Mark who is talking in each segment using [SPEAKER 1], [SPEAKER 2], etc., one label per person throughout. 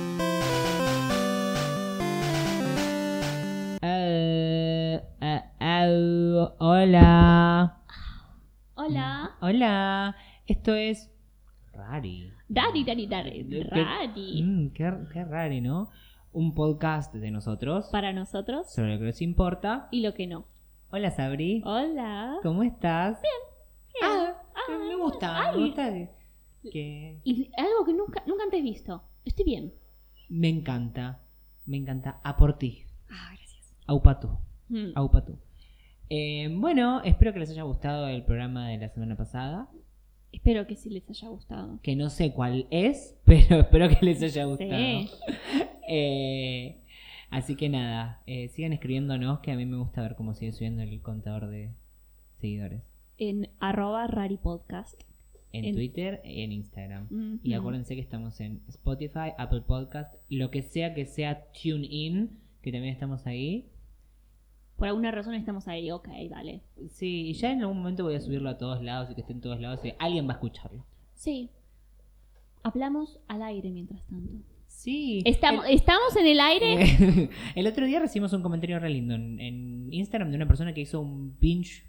[SPEAKER 1] Eh, diciendo hola, Mm.
[SPEAKER 2] Hola.
[SPEAKER 1] hola. Esto es Rari.
[SPEAKER 2] Daddy, daddy, daddy.
[SPEAKER 1] ¿Qué-
[SPEAKER 2] Daddy.
[SPEAKER 1] Eh, Mm, qué, qué rari, ¿no? Un podcast de nosotros
[SPEAKER 2] Para nosotros
[SPEAKER 1] sobre lo que nos importa.
[SPEAKER 2] y lo que no.
[SPEAKER 1] Hola, Sabri.
[SPEAKER 2] Hola.
[SPEAKER 1] ¿Cómo estás?
[SPEAKER 2] Bien.
[SPEAKER 1] Ah,
[SPEAKER 2] Ah,
[SPEAKER 1] me gusta,
[SPEAKER 2] ay.
[SPEAKER 1] me gusta. Que
[SPEAKER 2] Y algo que nunca, nunca antes visto. Estoy bien.
[SPEAKER 1] me encanta, me encanta. A por ti,
[SPEAKER 2] Ah, gracias.
[SPEAKER 1] Aupatú.
[SPEAKER 2] Mm.
[SPEAKER 1] Aupatú. Eh, bueno, espero que les haya gustado el programa de la semana pasada.
[SPEAKER 2] Espero que sí les haya gustado.
[SPEAKER 1] Que no sé cuál es, pero espero que les haya gustado.
[SPEAKER 2] Sí.
[SPEAKER 1] Eh, así que nada, eh, sigan escribiéndonos que a mí me gusta ver cómo sigue subiendo el contador de seguidores.
[SPEAKER 2] En arroba raripodcast.
[SPEAKER 1] En,
[SPEAKER 2] En-
[SPEAKER 1] Twitter y en Instagram.
[SPEAKER 2] Podcast.
[SPEAKER 1] Y acuérdense que estamos en Spotify, Apple Podcast, lo que sea que sea TuneIn, que también estamos ahí.
[SPEAKER 2] Por alguna razón estamos ahí. Ok, dale.
[SPEAKER 1] Sí, y ya en algún momento voy a subirlo a todos lados y que esté en todos lados y alguien va a escucharlo.
[SPEAKER 2] Sí. Hablamos al aire mientras tanto.
[SPEAKER 1] Sí. Eh.
[SPEAKER 2] Estamos, estamos en el aire.
[SPEAKER 1] El, el otro día recibimos un comentario re lindo en, en Instagram de una persona que hizo un binge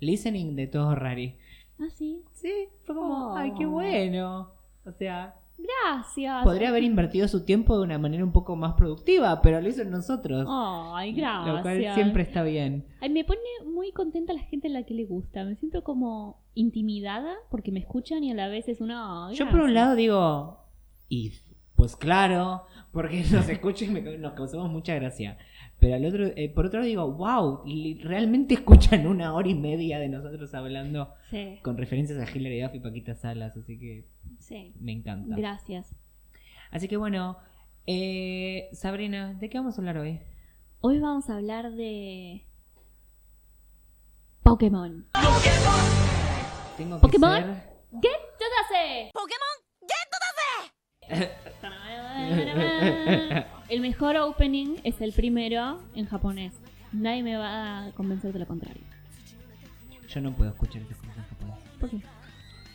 [SPEAKER 1] listening de todo Rari.
[SPEAKER 2] Ah, sí.
[SPEAKER 1] Sí, fue como,
[SPEAKER 2] Oh.
[SPEAKER 1] ay, qué bueno. O sea,
[SPEAKER 2] Gracias.
[SPEAKER 1] podría haber invertido su tiempo de una manera un poco más productiva, pero lo hizo en nosotros.
[SPEAKER 2] Ay, gracias.
[SPEAKER 1] Lo cual siempre está bien.
[SPEAKER 2] Ay, me pone muy contenta la gente a la que le gusta. Me siento como intimidada porque me escuchan y a la vez es una.
[SPEAKER 1] Yo por un lado digo, y pues claro, porque nos escucha y me- nos causamos mucha gracia. Pero al otro, eh, por otro lado digo, wow, li- realmente escuchan una hora y media de nosotros hablando
[SPEAKER 2] Sí,
[SPEAKER 1] con referencias a Hilary Duff y Paquita Salas, así que
[SPEAKER 2] sí.
[SPEAKER 1] me encanta.
[SPEAKER 2] Gracias.
[SPEAKER 1] Así que bueno, eh, Sabrina, ¿de qué vamos a hablar hoy?
[SPEAKER 2] Hoy vamos a hablar de. Pokémon.
[SPEAKER 1] Tengo que
[SPEAKER 2] Pokémon.
[SPEAKER 1] ser-
[SPEAKER 2] ¡Yotase! ¡Pokémon! El mejor opening es el primero en japonés. Nadie me va a convencer de lo contrario.
[SPEAKER 1] Yo no puedo escuchar esas cosas en japonés.
[SPEAKER 2] ¿Por qué?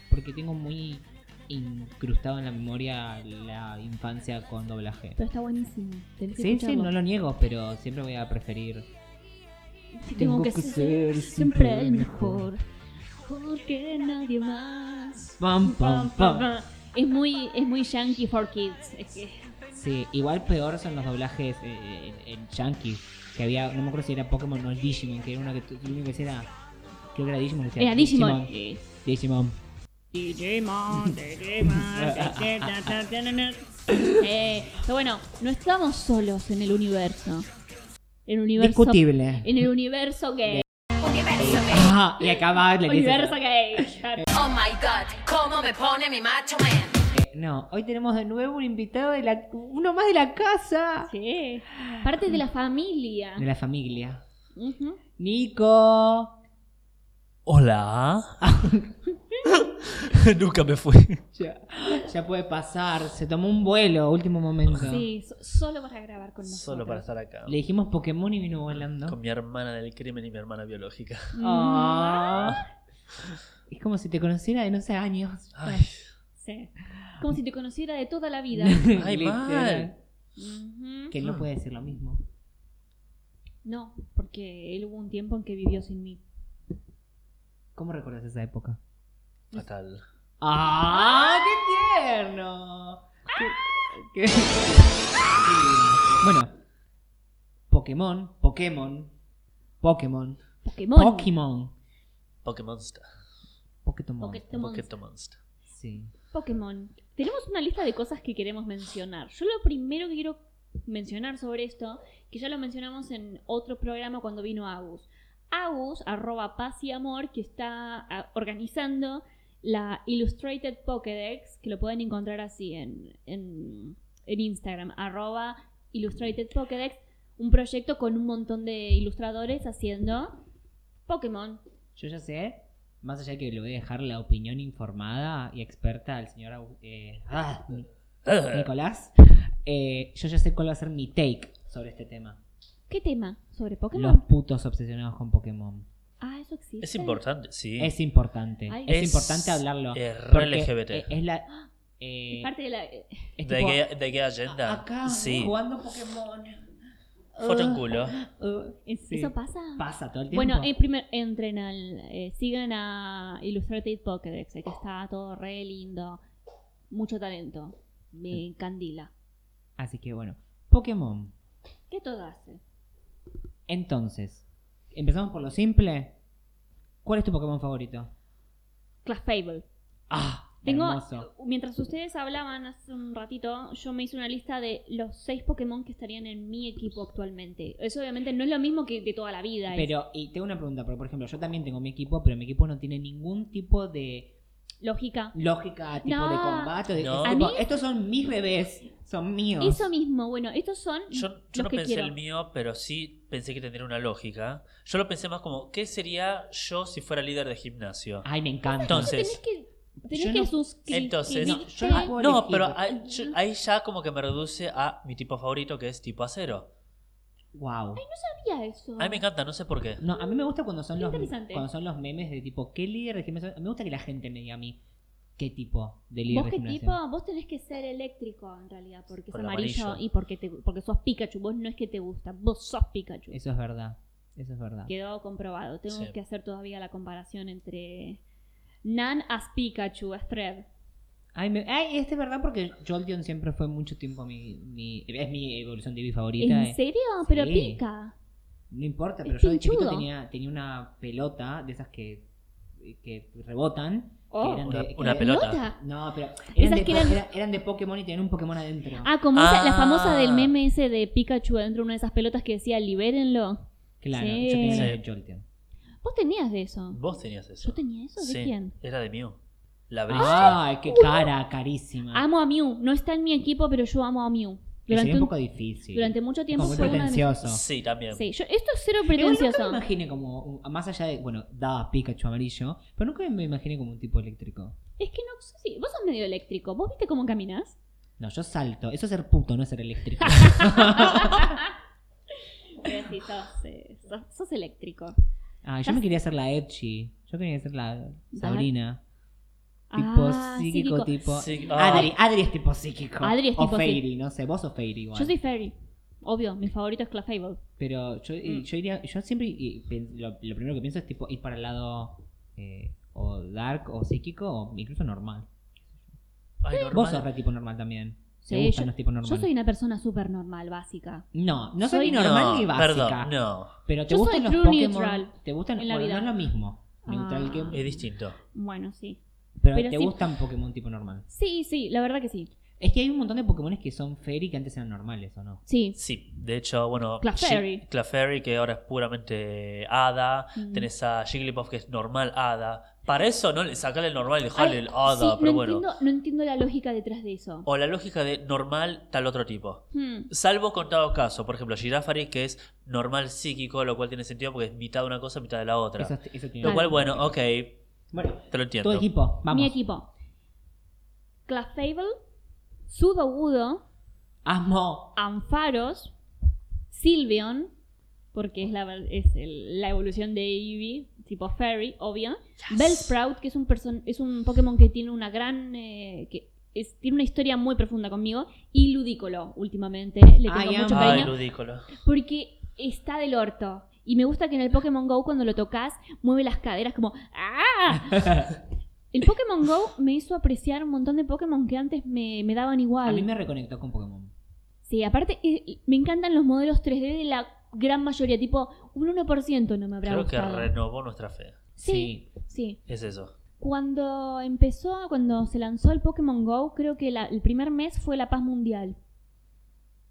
[SPEAKER 1] Porque tengo muy incrustado en la memoria la infancia con doblaje.
[SPEAKER 2] Pero está buenísimo. Tenés que
[SPEAKER 1] Sí, sí,
[SPEAKER 2] escucharlo.
[SPEAKER 1] no lo niego, pero siempre voy a preferir.
[SPEAKER 2] Sí, tengo que ser. Siempre el mejor. Porque nadie más.
[SPEAKER 1] Pam, pam, pam.
[SPEAKER 2] Es muy, es muy yankee for kids. Es que
[SPEAKER 1] Sí, igual peor son los doblajes eh, en, en Yankee. Que había, no me acuerdo si era Pokémon o Digimon, que era uno que tú- lo único que hacía era. Creo que era Digimon. que decía,
[SPEAKER 2] era Digimon.
[SPEAKER 1] Digimon.
[SPEAKER 2] Digimon, Digimon. ta, ta, ta, ta, na, na. Eh, pero bueno, no estamos solos en el universo. En el universo.
[SPEAKER 1] Discutible.
[SPEAKER 2] En el universo gay.
[SPEAKER 1] Ah, y acaba le dice-
[SPEAKER 2] Universo gay.
[SPEAKER 3] Oh my god, cómo me pone mi macho man.
[SPEAKER 1] Eh, No, hoy tenemos de nuevo un invitado de la. uno más de la casa.
[SPEAKER 2] Sí. Parte de la familia.
[SPEAKER 1] De la familia.
[SPEAKER 2] Ujú.
[SPEAKER 1] Nico.
[SPEAKER 4] Hola. Nunca me fui.
[SPEAKER 1] Ya, ya puede pasar. Se tomó un vuelo, último momento.
[SPEAKER 2] Sí, so- solo para grabar con nosotros.
[SPEAKER 4] Solo para estar acá.
[SPEAKER 1] Le dijimos Pokémon y vino volando.
[SPEAKER 4] Con mi hermana del crimen y mi hermana biológica.
[SPEAKER 1] Ah. Es como si te conociera de no sé años.
[SPEAKER 4] Ay,
[SPEAKER 2] Sí. Como si te conociera de toda la vida.
[SPEAKER 4] Ay,
[SPEAKER 1] Literal.
[SPEAKER 2] Ujú.
[SPEAKER 1] Que no puede decir lo mismo.
[SPEAKER 2] No, porque él hubo un tiempo en que vivió sin mí.
[SPEAKER 1] ¿Cómo recuerdas esa época?
[SPEAKER 4] fatal.
[SPEAKER 1] ¡Ah! ¡Qué tierno! Ah. Qué- qué- bueno, Pokémon, Pokémon, Pokémon,
[SPEAKER 2] Pokémon.
[SPEAKER 1] Pokémon,
[SPEAKER 4] Pokémonster.
[SPEAKER 1] Pokémon.
[SPEAKER 2] Pokémon.
[SPEAKER 4] Pokémonster.
[SPEAKER 1] Sí.
[SPEAKER 2] Pokémon. Tenemos una lista de cosas que queremos mencionar. Yo lo primero que quiero mencionar sobre esto, que ya lo mencionamos en otro programa cuando vino Agus. Agus, arroba paz y amor, que está ah, organizando la Illustrated Pokédex, que lo pueden encontrar así en, en, en Instagram, arroba Illustrated Pokédex, un proyecto con un montón de ilustradores haciendo Pokémon.
[SPEAKER 1] Yo ya sé, más allá de que le voy a dejar la opinión informada y experta al señor Au- eh, ah, Ni- Nicolás, eh, yo ya sé cuál va a ser mi take sobre este tema.
[SPEAKER 2] ¿Qué tema? ¿Sobre Pokémon?
[SPEAKER 1] Los putos obsesionados con Pokémon.
[SPEAKER 2] Ah, eso existe.
[SPEAKER 4] Es importante, sí.
[SPEAKER 1] Es importante,
[SPEAKER 2] Ay,
[SPEAKER 1] es,
[SPEAKER 4] Es
[SPEAKER 1] importante hablarlo.
[SPEAKER 4] es re
[SPEAKER 1] porque
[SPEAKER 4] LGBT.
[SPEAKER 1] e- Es la... eh,
[SPEAKER 2] Es parte de la... eh,
[SPEAKER 1] es
[SPEAKER 4] ¿De
[SPEAKER 1] tipo,
[SPEAKER 4] qué, ¿De qué agenda?
[SPEAKER 1] acá
[SPEAKER 4] sí.
[SPEAKER 1] jugando Pokémon.
[SPEAKER 4] Foto en culo.
[SPEAKER 1] Uh,
[SPEAKER 2] ¿Es-
[SPEAKER 1] Sí.
[SPEAKER 2] ¿Eso pasa?
[SPEAKER 1] pasa todo el tiempo.
[SPEAKER 2] Bueno, eh, primer, entren al. eh, sigan a Illustrated Pokédex, eh, que está todo re lindo. Mucho talento. Me encandila.
[SPEAKER 1] Así que bueno, Pokémon.
[SPEAKER 2] ¿Qué todo hace?
[SPEAKER 1] Entonces, empezamos por lo simple. ¿Cuál es tu Pokémon favorito?
[SPEAKER 2] Class Fable.
[SPEAKER 1] Ah,
[SPEAKER 2] Tengo,
[SPEAKER 1] hermoso.
[SPEAKER 2] mientras ustedes hablaban hace un ratito, yo me hice una lista de los seis Pokémon que estarían en mi equipo actualmente. Eso obviamente no es lo mismo que de toda la vida. es
[SPEAKER 1] Pero, y tengo una pregunta, porque por ejemplo, yo también tengo mi equipo, pero mi equipo no tiene ningún tipo de
[SPEAKER 2] lógica.
[SPEAKER 1] lógica, tipo
[SPEAKER 2] No.
[SPEAKER 1] de combate. o de-
[SPEAKER 4] No.
[SPEAKER 1] es
[SPEAKER 2] A
[SPEAKER 1] tipo,
[SPEAKER 2] mí-
[SPEAKER 1] Estos son mis bebés, son míos.
[SPEAKER 2] Eso mismo, bueno, estos son
[SPEAKER 4] Yo, yo
[SPEAKER 2] los
[SPEAKER 4] no
[SPEAKER 2] que
[SPEAKER 4] pensé
[SPEAKER 2] quiero.
[SPEAKER 4] el mío, pero sí pensé que tendría una lógica. Yo lo pensé más como, ¿qué sería yo si fuera líder de gimnasio?
[SPEAKER 1] Ay, me encanta.
[SPEAKER 2] Tenés
[SPEAKER 4] Entonces,
[SPEAKER 2] que,
[SPEAKER 1] yo
[SPEAKER 2] tenés que
[SPEAKER 1] no-
[SPEAKER 2] suscri-
[SPEAKER 4] entonces,
[SPEAKER 1] no,
[SPEAKER 2] suscribirte.
[SPEAKER 1] yo no puedo
[SPEAKER 4] no,
[SPEAKER 1] elegir.
[SPEAKER 4] pero ahí, yo- ahí ya como que me reduce a mi tipo favorito, que es tipo acero.
[SPEAKER 1] Wow.
[SPEAKER 2] Sabía eso.
[SPEAKER 4] A mí me encanta, no sé por qué.
[SPEAKER 1] No, a mí me gusta cuando son
[SPEAKER 2] Qué
[SPEAKER 1] los
[SPEAKER 2] interesante.
[SPEAKER 1] cuando son los memes de tipo qué líder de gimnasio. Me gusta que la gente me diga a mí qué tipo de líder
[SPEAKER 2] Vos
[SPEAKER 1] de
[SPEAKER 2] qué
[SPEAKER 1] gimnasio.
[SPEAKER 2] tipo, vos tenés que ser eléctrico en realidad, porque
[SPEAKER 4] Por
[SPEAKER 2] es
[SPEAKER 4] el
[SPEAKER 2] amarillo,
[SPEAKER 4] amarillo.
[SPEAKER 2] y porque te, porque sos Pikachu, vos no es que te gusta, vos sos Pikachu.
[SPEAKER 1] Eso es verdad. Eso es verdad.
[SPEAKER 2] Quedó comprobado. Tengo
[SPEAKER 4] Sí.
[SPEAKER 2] que hacer todavía la comparación entre Nan as Pikachu, as Thread.
[SPEAKER 1] Ay, me- ay, este es verdad porque Jolteon siempre fue mucho tiempo mi, mi- es mi evolución de favorita. eh.
[SPEAKER 2] ¿En serio? Pero
[SPEAKER 1] Sí.
[SPEAKER 2] pica.
[SPEAKER 1] No importa,
[SPEAKER 2] Es
[SPEAKER 1] pero yo de chiquito
[SPEAKER 2] pinchudo.
[SPEAKER 1] tenía, tenía una pelota de esas que, que rebotan. que
[SPEAKER 2] Oh.
[SPEAKER 1] eran de-
[SPEAKER 4] Una,
[SPEAKER 1] que
[SPEAKER 4] una
[SPEAKER 1] eran-
[SPEAKER 4] pelota.
[SPEAKER 2] ¿Nota?
[SPEAKER 1] No, pero eran
[SPEAKER 2] Esas
[SPEAKER 1] de,
[SPEAKER 2] que
[SPEAKER 1] po-
[SPEAKER 2] eran-
[SPEAKER 1] era- eran de Pokémon y tenían un Pokémon adentro.
[SPEAKER 2] Ah, como esa- la
[SPEAKER 4] Ah.
[SPEAKER 2] famosa del meme ese de Pikachu adentro de una de esas pelotas que decía libérenlo.
[SPEAKER 1] claro,
[SPEAKER 2] sí.
[SPEAKER 1] yo tenía la
[SPEAKER 4] Sí.
[SPEAKER 1] de Jolteon.
[SPEAKER 2] Vos tenías de eso.
[SPEAKER 4] Vos tenías eso.
[SPEAKER 2] Yo tenía eso, ¿de
[SPEAKER 4] Sí,
[SPEAKER 2] quién? Ah,
[SPEAKER 4] Era de mío. La brecha.
[SPEAKER 1] Ay, qué cara, carísima.
[SPEAKER 2] Amo a Mew. No está en mi equipo, pero yo amo a Mew.
[SPEAKER 1] Que
[SPEAKER 2] Ah, Durante,
[SPEAKER 1] sería un
[SPEAKER 2] un-
[SPEAKER 1] poco difícil.
[SPEAKER 2] durante mucho tiempo
[SPEAKER 1] como muy
[SPEAKER 2] fue una de mis-
[SPEAKER 1] pretencioso.
[SPEAKER 4] Sí, también.
[SPEAKER 2] Sí, yo- esto es cero
[SPEAKER 1] Igual nunca
[SPEAKER 2] pretencioso.
[SPEAKER 1] me imaginé como, un- más allá de, bueno, da Pikachu amarillo, pero nunca me imaginé como un tipo eléctrico.
[SPEAKER 2] Es que no sé si. Vos sos medio eléctrico. ¿Vos viste cómo caminás?
[SPEAKER 1] No, yo salto. Eso es ser puto, no es ser eléctrico.
[SPEAKER 2] Pero sí, sos, eh, sos- sos eléctrico.
[SPEAKER 1] Ay, yo me quería hacer la Edgy. Yo quería ser la Sabrina. Tipo
[SPEAKER 2] Ah,
[SPEAKER 1] psíquico,
[SPEAKER 2] psíquico.
[SPEAKER 1] tipo...
[SPEAKER 4] Sí, ah,
[SPEAKER 1] Adri, Adri es tipo psíquico.
[SPEAKER 2] Adri es
[SPEAKER 1] o
[SPEAKER 2] tipo
[SPEAKER 1] Fairy, no sé, vos o Fairy igual.
[SPEAKER 2] Yo soy Fairy. Obvio, mi favorito es Clefable.
[SPEAKER 1] Pero yo,
[SPEAKER 2] Mm.
[SPEAKER 1] y- yo iría, yo siempre y- pen- lo, lo primero que pienso es tipo ir para el lado eh, o dark o psíquico o incluso normal.
[SPEAKER 4] ay, normal.
[SPEAKER 1] Vos sos re tipo normal también. Se
[SPEAKER 2] Sí,
[SPEAKER 1] gustan
[SPEAKER 2] yo-
[SPEAKER 1] los tipos normales.
[SPEAKER 2] Yo soy una persona súper normal, básica.
[SPEAKER 1] No, no soy,
[SPEAKER 2] Soy-
[SPEAKER 1] ni normal
[SPEAKER 4] No,
[SPEAKER 1] ni básica.
[SPEAKER 4] Perdón, no.
[SPEAKER 1] Pero te
[SPEAKER 2] Yo
[SPEAKER 1] gustan
[SPEAKER 2] soy
[SPEAKER 1] los
[SPEAKER 2] true
[SPEAKER 1] Pokémon.
[SPEAKER 2] neutral
[SPEAKER 1] te gustan
[SPEAKER 2] en la
[SPEAKER 1] bueno,
[SPEAKER 2] vida.
[SPEAKER 1] no es lo mismo. Neutral
[SPEAKER 2] Ah.
[SPEAKER 1] que
[SPEAKER 4] Es distinto.
[SPEAKER 2] Bueno, sí.
[SPEAKER 1] pero,
[SPEAKER 2] pero
[SPEAKER 1] te
[SPEAKER 2] sí.
[SPEAKER 1] gustan Pokémon tipo normal.
[SPEAKER 2] Sí, sí, la verdad que sí.
[SPEAKER 1] Es que hay un montón de Pokémon que son fairy que antes eran normales o no.
[SPEAKER 2] Sí.
[SPEAKER 4] Sí, de hecho, bueno.
[SPEAKER 2] Clefairy.
[SPEAKER 4] Gi- Clefairy, que ahora es puramente hada.
[SPEAKER 2] Mm.
[SPEAKER 4] Tenés a Jigglypuff, que es normal hada. Para eso, no le sacale el normal y
[SPEAKER 2] Ay,
[SPEAKER 4] dejale el
[SPEAKER 1] oh,
[SPEAKER 4] hada,
[SPEAKER 2] sí,
[SPEAKER 4] pero
[SPEAKER 2] no,
[SPEAKER 4] bueno.
[SPEAKER 2] entiendo, no entiendo la lógica detrás de eso.
[SPEAKER 4] O la lógica de normal tal otro tipo.
[SPEAKER 2] Hmm.
[SPEAKER 4] Salvo contado caso, por ejemplo, Girafari, que es normal psíquico, lo cual tiene sentido porque es mitad de una cosa, mitad de la otra.
[SPEAKER 1] Eso, eso tiene
[SPEAKER 4] Lo cual, bueno, ok, te
[SPEAKER 1] Bueno,
[SPEAKER 4] lo
[SPEAKER 1] todo
[SPEAKER 4] entiendo.
[SPEAKER 1] equipo, vamos.
[SPEAKER 2] Mi equipo. Clefable, Sudowoodo,
[SPEAKER 1] Amo.
[SPEAKER 2] Ampharos, Silveon, porque es la, es el- la evolución de Eevee, tipo Fairy, obvio. Bellsprout, que es un, person- es un Pokémon que tiene una gran... eh, que es- tiene una historia muy profunda conmigo. Y Ludicolo, últimamente. Le tengo
[SPEAKER 1] Ay,
[SPEAKER 2] mucho
[SPEAKER 1] amo.
[SPEAKER 4] Ay,
[SPEAKER 2] cariño.
[SPEAKER 4] ludícolo.
[SPEAKER 2] Porque está del orto. Y me gusta que en el Pokémon Go cuando lo tocas mueve las caderas como ¡Ah! El Pokémon Go me hizo apreciar un montón de Pokémon que antes me, me daban
[SPEAKER 1] A
[SPEAKER 2] igual.
[SPEAKER 1] mí me reconectó con Pokémon.
[SPEAKER 2] Sí, aparte eh, me encantan los modelos 3D de la gran mayoría, tipo un 1% no me habrá
[SPEAKER 4] Creo que
[SPEAKER 2] gustado.
[SPEAKER 4] renovó nuestra fe.
[SPEAKER 2] Sí, sí.
[SPEAKER 4] Es eso.
[SPEAKER 2] Cuando empezó, cuando se lanzó el Pokémon Go, creo que la- el primer mes fue la paz mundial.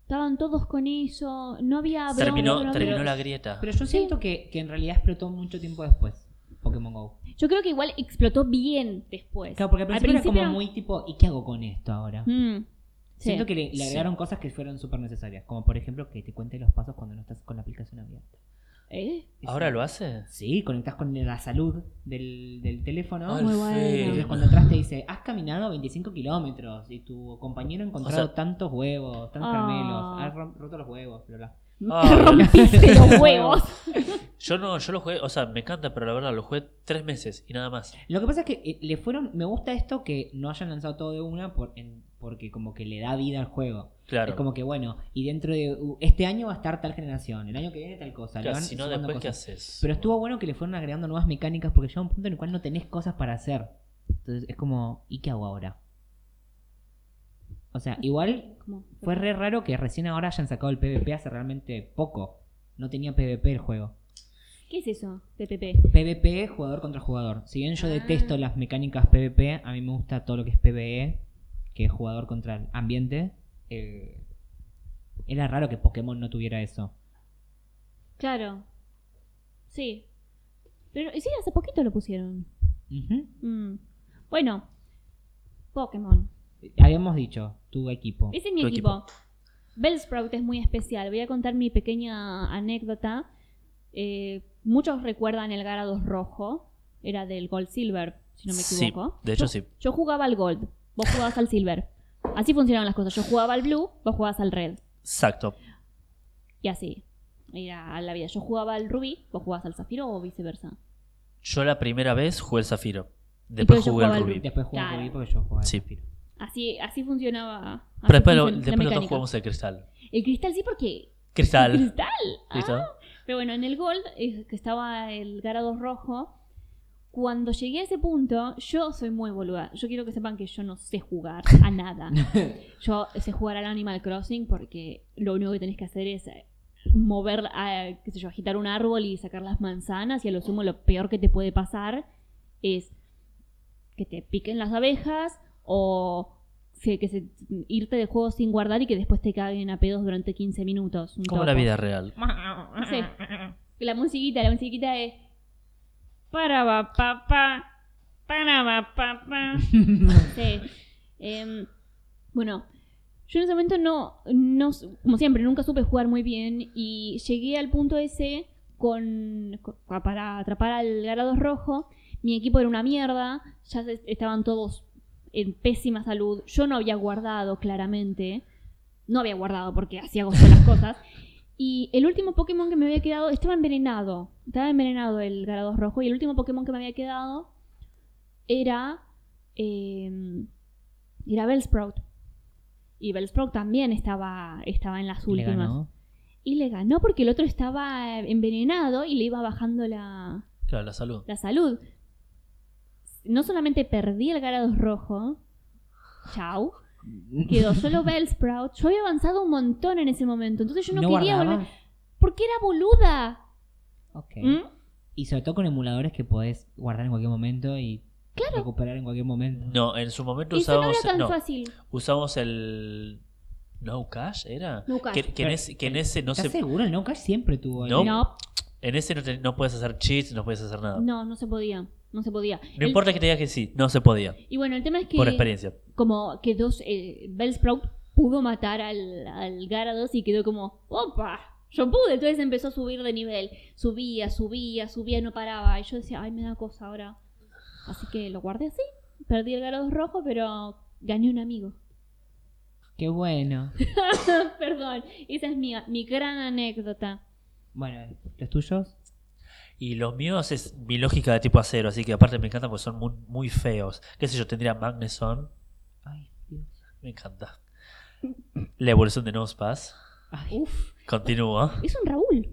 [SPEAKER 2] Estaban todos con eso, no había
[SPEAKER 1] Ah,
[SPEAKER 2] bronca,
[SPEAKER 4] terminó
[SPEAKER 2] no había-
[SPEAKER 4] terminó la grieta.
[SPEAKER 1] Pero yo siento que, que en realidad explotó mucho tiempo después Pokémon GO.
[SPEAKER 2] Yo creo que igual explotó bien después.
[SPEAKER 1] Claro, porque al principio, era como muy tipo, ¿y qué hago con esto ahora?
[SPEAKER 2] Mm, sí.
[SPEAKER 1] Siento que le, le
[SPEAKER 4] Sí.
[SPEAKER 1] agregaron cosas que fueron súper necesarias, como por ejemplo que te cuente los pasos cuando no estás con la aplicación abierta.
[SPEAKER 2] ¿Eh?
[SPEAKER 4] ¿Ahora lo hace?
[SPEAKER 1] Sí, conectás con la salud del, del teléfono.
[SPEAKER 4] Al
[SPEAKER 2] Muy bueno.
[SPEAKER 4] fin.
[SPEAKER 1] Entonces cuando entras te dice, has caminado 25 kilómetros y tu compañero ha encontrado
[SPEAKER 4] O sea-
[SPEAKER 1] tantos huevos, tantos
[SPEAKER 2] Ah.
[SPEAKER 1] caramelos, has rom- roto los huevos, bla, bla.
[SPEAKER 4] Ah,
[SPEAKER 2] Rompiste los huevos.
[SPEAKER 4] Yo no, yo lo jugué, o sea, me encanta, pero la verdad lo jugué tres meses y nada más.
[SPEAKER 1] Lo que pasa es que eh, le fueron, me gusta esto que no hayan lanzado todo de una por, en porque como que le da vida al juego.
[SPEAKER 4] Claro.
[SPEAKER 1] Es como que bueno, y dentro de uh, este año va a estar tal generación, el año que viene tal cosa. le
[SPEAKER 4] Claro,
[SPEAKER 1] van
[SPEAKER 4] si no,
[SPEAKER 1] sumando
[SPEAKER 4] después, ¿qué
[SPEAKER 1] cosas.
[SPEAKER 4] haces?
[SPEAKER 1] Pero estuvo bueno que le fueron agregando nuevas mecánicas porque llega un punto en el cual no tenés cosas para hacer. Entonces es como, ¿y qué hago ahora? O sea, igual
[SPEAKER 2] Como-
[SPEAKER 1] fue re raro que recién ahora hayan sacado el PvP hace realmente poco. No tenía PvP el juego.
[SPEAKER 2] ¿Qué es eso? PPP.
[SPEAKER 1] PvP, jugador contra jugador. Si bien yo
[SPEAKER 2] Ah.
[SPEAKER 1] detesto las mecánicas PvP, a mí me gusta todo lo que es PvE, que es jugador contra ambiente. Eh, era raro que Pokémon no tuviera eso.
[SPEAKER 2] Claro. Sí. Pero y sí, hace poquito lo pusieron.
[SPEAKER 1] Ujú.
[SPEAKER 2] Mm. Bueno. Pokémon.
[SPEAKER 1] Habíamos dicho, tu equipo.
[SPEAKER 2] Ese es mi
[SPEAKER 4] Tu
[SPEAKER 2] equipo. Bellsprout es muy especial. Voy a contar mi pequeña anécdota. Eh, muchos recuerdan el Garados rojo. Era del Gold Silver, si no me equivoco.
[SPEAKER 4] Sí, de hecho
[SPEAKER 2] Yo-
[SPEAKER 4] sí.
[SPEAKER 2] Yo jugaba al Gold, vos jugabas al Silver. Así funcionaban las cosas. Yo jugaba al Blue, vos jugabas al Red.
[SPEAKER 4] Exacto.
[SPEAKER 2] Y así. Era la vida. Yo jugaba al Rubí, vos jugabas al Zafiro o viceversa.
[SPEAKER 4] Yo la primera vez jugué el Zafiro.
[SPEAKER 2] pero
[SPEAKER 4] Después
[SPEAKER 2] yo
[SPEAKER 4] jugué
[SPEAKER 2] jugaba
[SPEAKER 4] el
[SPEAKER 2] al
[SPEAKER 4] Rubí.
[SPEAKER 1] Después jugué
[SPEAKER 2] Claro.
[SPEAKER 1] al Rubí porque yo jugaba al
[SPEAKER 4] Sí.
[SPEAKER 1] Zafiro.
[SPEAKER 2] Así, así funcionaba. así
[SPEAKER 4] Pero después,
[SPEAKER 2] funciona
[SPEAKER 4] lo-
[SPEAKER 2] la
[SPEAKER 4] después nosotros
[SPEAKER 2] mecánica.
[SPEAKER 4] jugamos el Cristal.
[SPEAKER 2] El cristal sí porque. El
[SPEAKER 4] Cristal.
[SPEAKER 2] cristal. Ah.
[SPEAKER 4] ¿Listo?
[SPEAKER 2] Pero bueno, en el Gold, eh, que estaba el Garados rojo. Cuando llegué a ese punto, yo soy muy boluda. Yo quiero que sepan que yo no sé jugar a nada. Yo sé jugar al Animal Crossing porque lo único que tenés que hacer es eh, mover, eh, qué sé yo, agitar un árbol y sacar las manzanas y a lo sumo lo peor que te puede pasar es que te piquen las abejas o se- que se- irte del juego sin guardar y que después te caguen a pedos durante 15 minutos. un
[SPEAKER 4] Como la
[SPEAKER 2] topo.
[SPEAKER 4] vida real.
[SPEAKER 2] Sí. La musiquita, la musiquita es para va pa pa para va pa pa. Sí. Em, bueno, yo en ese momento no, no, su- como siempre, nunca supe jugar muy bien y llegué al punto ese con, con- para atrapar al Garados Rojo. Mi equipo era una mierda, ya se- estaban todos en pésima salud. Yo no había guardado claramente, no había guardado porque hacía gozo las cosas. Y el último Pokémon que me había quedado estaba envenenado. Estaba envenenado el Garados Rojo. Y el último Pokémon que me había quedado era. eh, era Bellsprout. Y Bellsprout también estaba, estaba en las
[SPEAKER 1] Le
[SPEAKER 2] últimas.
[SPEAKER 1] ganó.
[SPEAKER 2] Y le ganó porque el otro estaba eh, envenenado y le iba bajando la,
[SPEAKER 4] Claro, la salud.
[SPEAKER 2] la salud. No solamente perdí el Garados Rojo. Chau. Quedó solo Bellsprout. Yo había avanzado un montón en ese momento. Entonces yo no, quería
[SPEAKER 1] guardaba?
[SPEAKER 2] volver. Porque era boluda.
[SPEAKER 1] Ok.
[SPEAKER 2] ¿Mm?
[SPEAKER 1] Y sobre todo con emuladores que podés guardar en cualquier momento y recuperar en cualquier momento.
[SPEAKER 4] No, en su momento
[SPEAKER 2] Eso no
[SPEAKER 4] usábamos.
[SPEAKER 2] era tan
[SPEAKER 4] no,
[SPEAKER 2] fácil.
[SPEAKER 4] usamos el. ¿No Cash era?
[SPEAKER 2] No cash.
[SPEAKER 4] Que, que en, ese, que en ese no
[SPEAKER 1] ¿Estás
[SPEAKER 4] se.
[SPEAKER 1] seguro? El Nowcast siempre tuvo el-
[SPEAKER 4] No.
[SPEAKER 2] No,
[SPEAKER 4] En ese no, te- no puedes hacer cheats, no puedes hacer nada. No,
[SPEAKER 2] no, no se podía. No se podía. El-
[SPEAKER 4] importa que te digas que sí, no se podía.
[SPEAKER 2] Y bueno, el tema es que
[SPEAKER 4] Por experiencia.
[SPEAKER 2] como quedó eh, Bellsprout pudo matar al, al Garados y quedó como, ¡opa! Yo pude, entonces empezó a subir de nivel. Subía, subía, subía, no paraba. Y yo decía, ay, me da cosa ahora. Así que lo guardé así. Perdí el Garados rojo, pero gané un amigo.
[SPEAKER 1] Qué bueno.
[SPEAKER 2] Perdón, esa es mi, mi gran anécdota.
[SPEAKER 1] Bueno, ¿los tuyos?
[SPEAKER 4] Y los míos es mi lógica de tipo acero, así que aparte me encanta porque son muy, muy feos. ¿Qué sé yo? Tendría Magneson.
[SPEAKER 1] Ay, Dios.
[SPEAKER 4] Me encanta. La evolución de Nospass.
[SPEAKER 1] Ay.
[SPEAKER 2] Uf,
[SPEAKER 4] Continúa.
[SPEAKER 2] es un Raúl,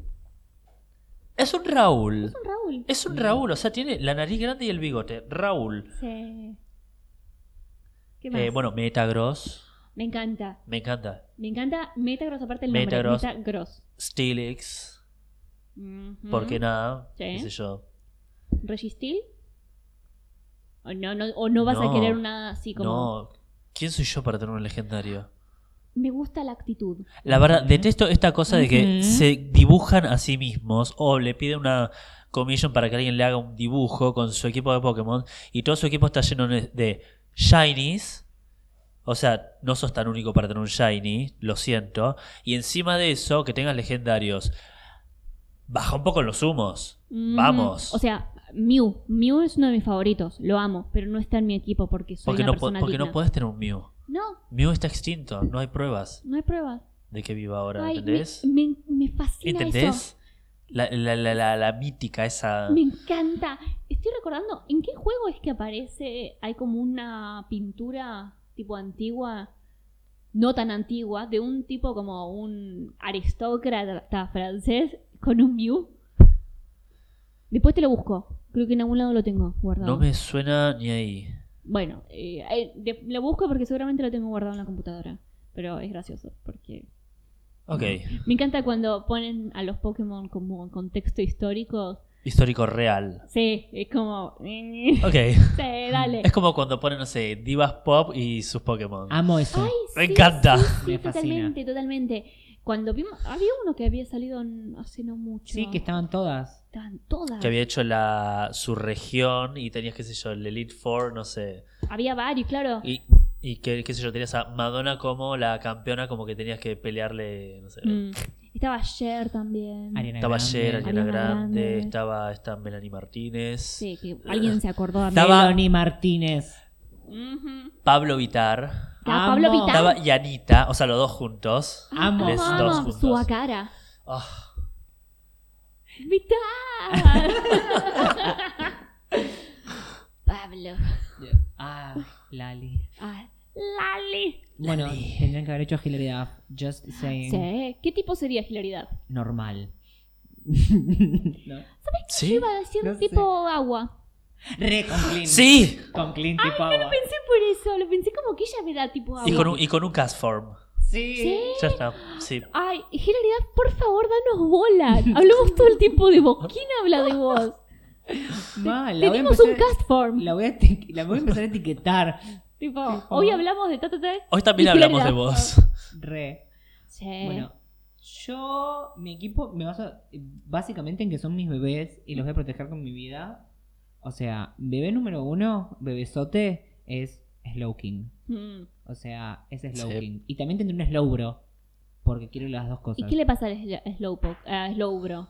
[SPEAKER 4] Es un Raúl.
[SPEAKER 2] un Raúl.
[SPEAKER 4] Es un Raúl, o sea, tiene la nariz grande y el bigote. Raúl.
[SPEAKER 2] Sí. ¿Qué más?
[SPEAKER 4] Eh, bueno, Metagross.
[SPEAKER 2] Me encanta.
[SPEAKER 4] Me encanta.
[SPEAKER 2] Me encanta Metagross, aparte el nombre.
[SPEAKER 4] Metagross.
[SPEAKER 2] Metagross.
[SPEAKER 4] Steelix.
[SPEAKER 2] Ujú.
[SPEAKER 4] Porque nada,
[SPEAKER 2] Mm. Sí.
[SPEAKER 4] qué sé yo.
[SPEAKER 2] ¿Registil? O no, no, o no vas a
[SPEAKER 4] No.
[SPEAKER 2] querer una así como.
[SPEAKER 4] No. ¿Quién soy yo para tener un legendario?
[SPEAKER 2] Me gusta la actitud.
[SPEAKER 4] La verdad, detesto esta cosa de que
[SPEAKER 1] Ujú.
[SPEAKER 4] se dibujan a sí mismos o le piden una commission para que alguien le haga un dibujo con su equipo de Pokémon y todo su equipo está lleno de- de shinies. O sea, no sos tan único para tener un shiny, lo siento. Y encima de eso, que tengas legendarios. Baja un poco los humos.
[SPEAKER 2] Mm,
[SPEAKER 4] Vamos.
[SPEAKER 2] O sea, Mew. Mew es uno de mis favoritos. Lo amo, pero no está en mi equipo porque soy
[SPEAKER 4] porque
[SPEAKER 2] una
[SPEAKER 4] no, po-
[SPEAKER 2] persona
[SPEAKER 4] porque
[SPEAKER 2] digna.
[SPEAKER 4] no puedes tener un Mew.
[SPEAKER 2] No,
[SPEAKER 4] Mew está extinto, no hay pruebas
[SPEAKER 2] no hay pruebas.
[SPEAKER 4] de que viva ahora,
[SPEAKER 2] Ay, me,
[SPEAKER 4] ¿entendés?
[SPEAKER 2] me, me fascina eso.
[SPEAKER 4] ¿Entendés? La, la, la, la, la mítica esa.
[SPEAKER 2] Me encanta. Estoy recordando, ¿en qué juego es que aparece? Hay como una pintura tipo antigua no tan antigua, de un tipo como un aristócrata francés con un Mew. Después te lo busco. Creo que en algún lado lo tengo guardado.
[SPEAKER 4] No me suena ni ahí.
[SPEAKER 2] Bueno, eh, eh, de- lo busco porque seguramente lo tengo guardado en la computadora. Pero es gracioso porque
[SPEAKER 4] Ok.
[SPEAKER 2] me encanta cuando ponen a los Pokémon como en contexto histórico.
[SPEAKER 4] Histórico real.
[SPEAKER 2] Sí, es como...
[SPEAKER 4] Ok.
[SPEAKER 2] Sí, dale.
[SPEAKER 4] Es como cuando ponen, no sé, divas pop y sus Pokémon.
[SPEAKER 1] Amo eso.
[SPEAKER 2] Ay,
[SPEAKER 4] Me
[SPEAKER 2] sí,
[SPEAKER 4] encanta.
[SPEAKER 2] sí, sí,
[SPEAKER 1] Me fascina.
[SPEAKER 2] totalmente, totalmente. Cuando vimos, había uno que había salido en- hace no mucho.
[SPEAKER 1] sí, que estaban todas.
[SPEAKER 2] Estaban todas.
[SPEAKER 4] Que había hecho la, su región y tenías, qué sé yo, el Elite Four, no sé.
[SPEAKER 2] Había varios, claro.
[SPEAKER 4] Y, y que, qué sé yo, tenías a Madonna como la campeona, como que tenías que pelearle, no sé.
[SPEAKER 2] Mm. Estaba Cher también.
[SPEAKER 1] Ariana
[SPEAKER 4] Estaba
[SPEAKER 1] Grande.
[SPEAKER 4] ayer Ariana
[SPEAKER 2] Ariana
[SPEAKER 4] Grande,
[SPEAKER 2] Grande.
[SPEAKER 4] estaba esta Melanie Martínez,
[SPEAKER 2] Sí, que alguien se acordó a mí.
[SPEAKER 4] Estaba-
[SPEAKER 1] Melanie Martínez.
[SPEAKER 2] Ujú.
[SPEAKER 4] Pablo Vitar,
[SPEAKER 2] Estaba
[SPEAKER 1] Amo.
[SPEAKER 2] Pablo Vittar.
[SPEAKER 4] estaba Yanita, o sea, los dos juntos.
[SPEAKER 1] Amo.
[SPEAKER 4] Les
[SPEAKER 2] Vamos,
[SPEAKER 4] dos
[SPEAKER 2] vamos,
[SPEAKER 4] juntos.
[SPEAKER 2] su cara.
[SPEAKER 4] Ah,
[SPEAKER 2] Vittar. Pablo.
[SPEAKER 1] Ah, Lali.
[SPEAKER 2] Ah, Lali.
[SPEAKER 1] Bueno, tendrían que haber hecho Hilary Duff. Just saying.
[SPEAKER 2] Sí. ¿Qué tipo sería hilaridad?
[SPEAKER 1] Normal. ¿No?
[SPEAKER 2] Yo
[SPEAKER 4] ¿Sí?
[SPEAKER 2] iba a decir
[SPEAKER 1] No
[SPEAKER 2] un tipo agua.
[SPEAKER 1] Re con Clint.
[SPEAKER 4] ¡Sí!
[SPEAKER 1] Con Clint tipo agua.
[SPEAKER 2] Pensé por eso, lo pensé como que ella me da tipo
[SPEAKER 4] Y
[SPEAKER 2] agua.
[SPEAKER 4] con un, y con un cast form.
[SPEAKER 1] Sí.
[SPEAKER 4] Ya está, sí.
[SPEAKER 2] Ay, Hilary Duff, por favor, danos bola. Hablamos todo el tiempo de vos. ¿Quién habla de vos?
[SPEAKER 1] Mal. la voy a
[SPEAKER 2] Tenemos un
[SPEAKER 1] empezar-
[SPEAKER 2] cast form.
[SPEAKER 1] La voy, a eti- la voy a empezar a etiquetar.
[SPEAKER 2] Tipo, hoy hablamos de ta, ta, ta.
[SPEAKER 4] Hoy también
[SPEAKER 2] Y Ah.
[SPEAKER 4] hablamos de
[SPEAKER 2] Florida.
[SPEAKER 4] vos.
[SPEAKER 1] Re.
[SPEAKER 2] Sí.
[SPEAKER 1] Bueno, yo, mi equipo me basa básicamente en que son mis bebés y los voy a proteger con mi vida. O sea, bebé número uno, bebesote, es Slowking.
[SPEAKER 2] Mm.
[SPEAKER 1] O sea, es Slowking. Y también tendré un Slowbro, porque quiero las dos
[SPEAKER 2] ¿Y
[SPEAKER 1] cosas.
[SPEAKER 2] qué le pasa al Slo- Slowpoke? A Slowbro.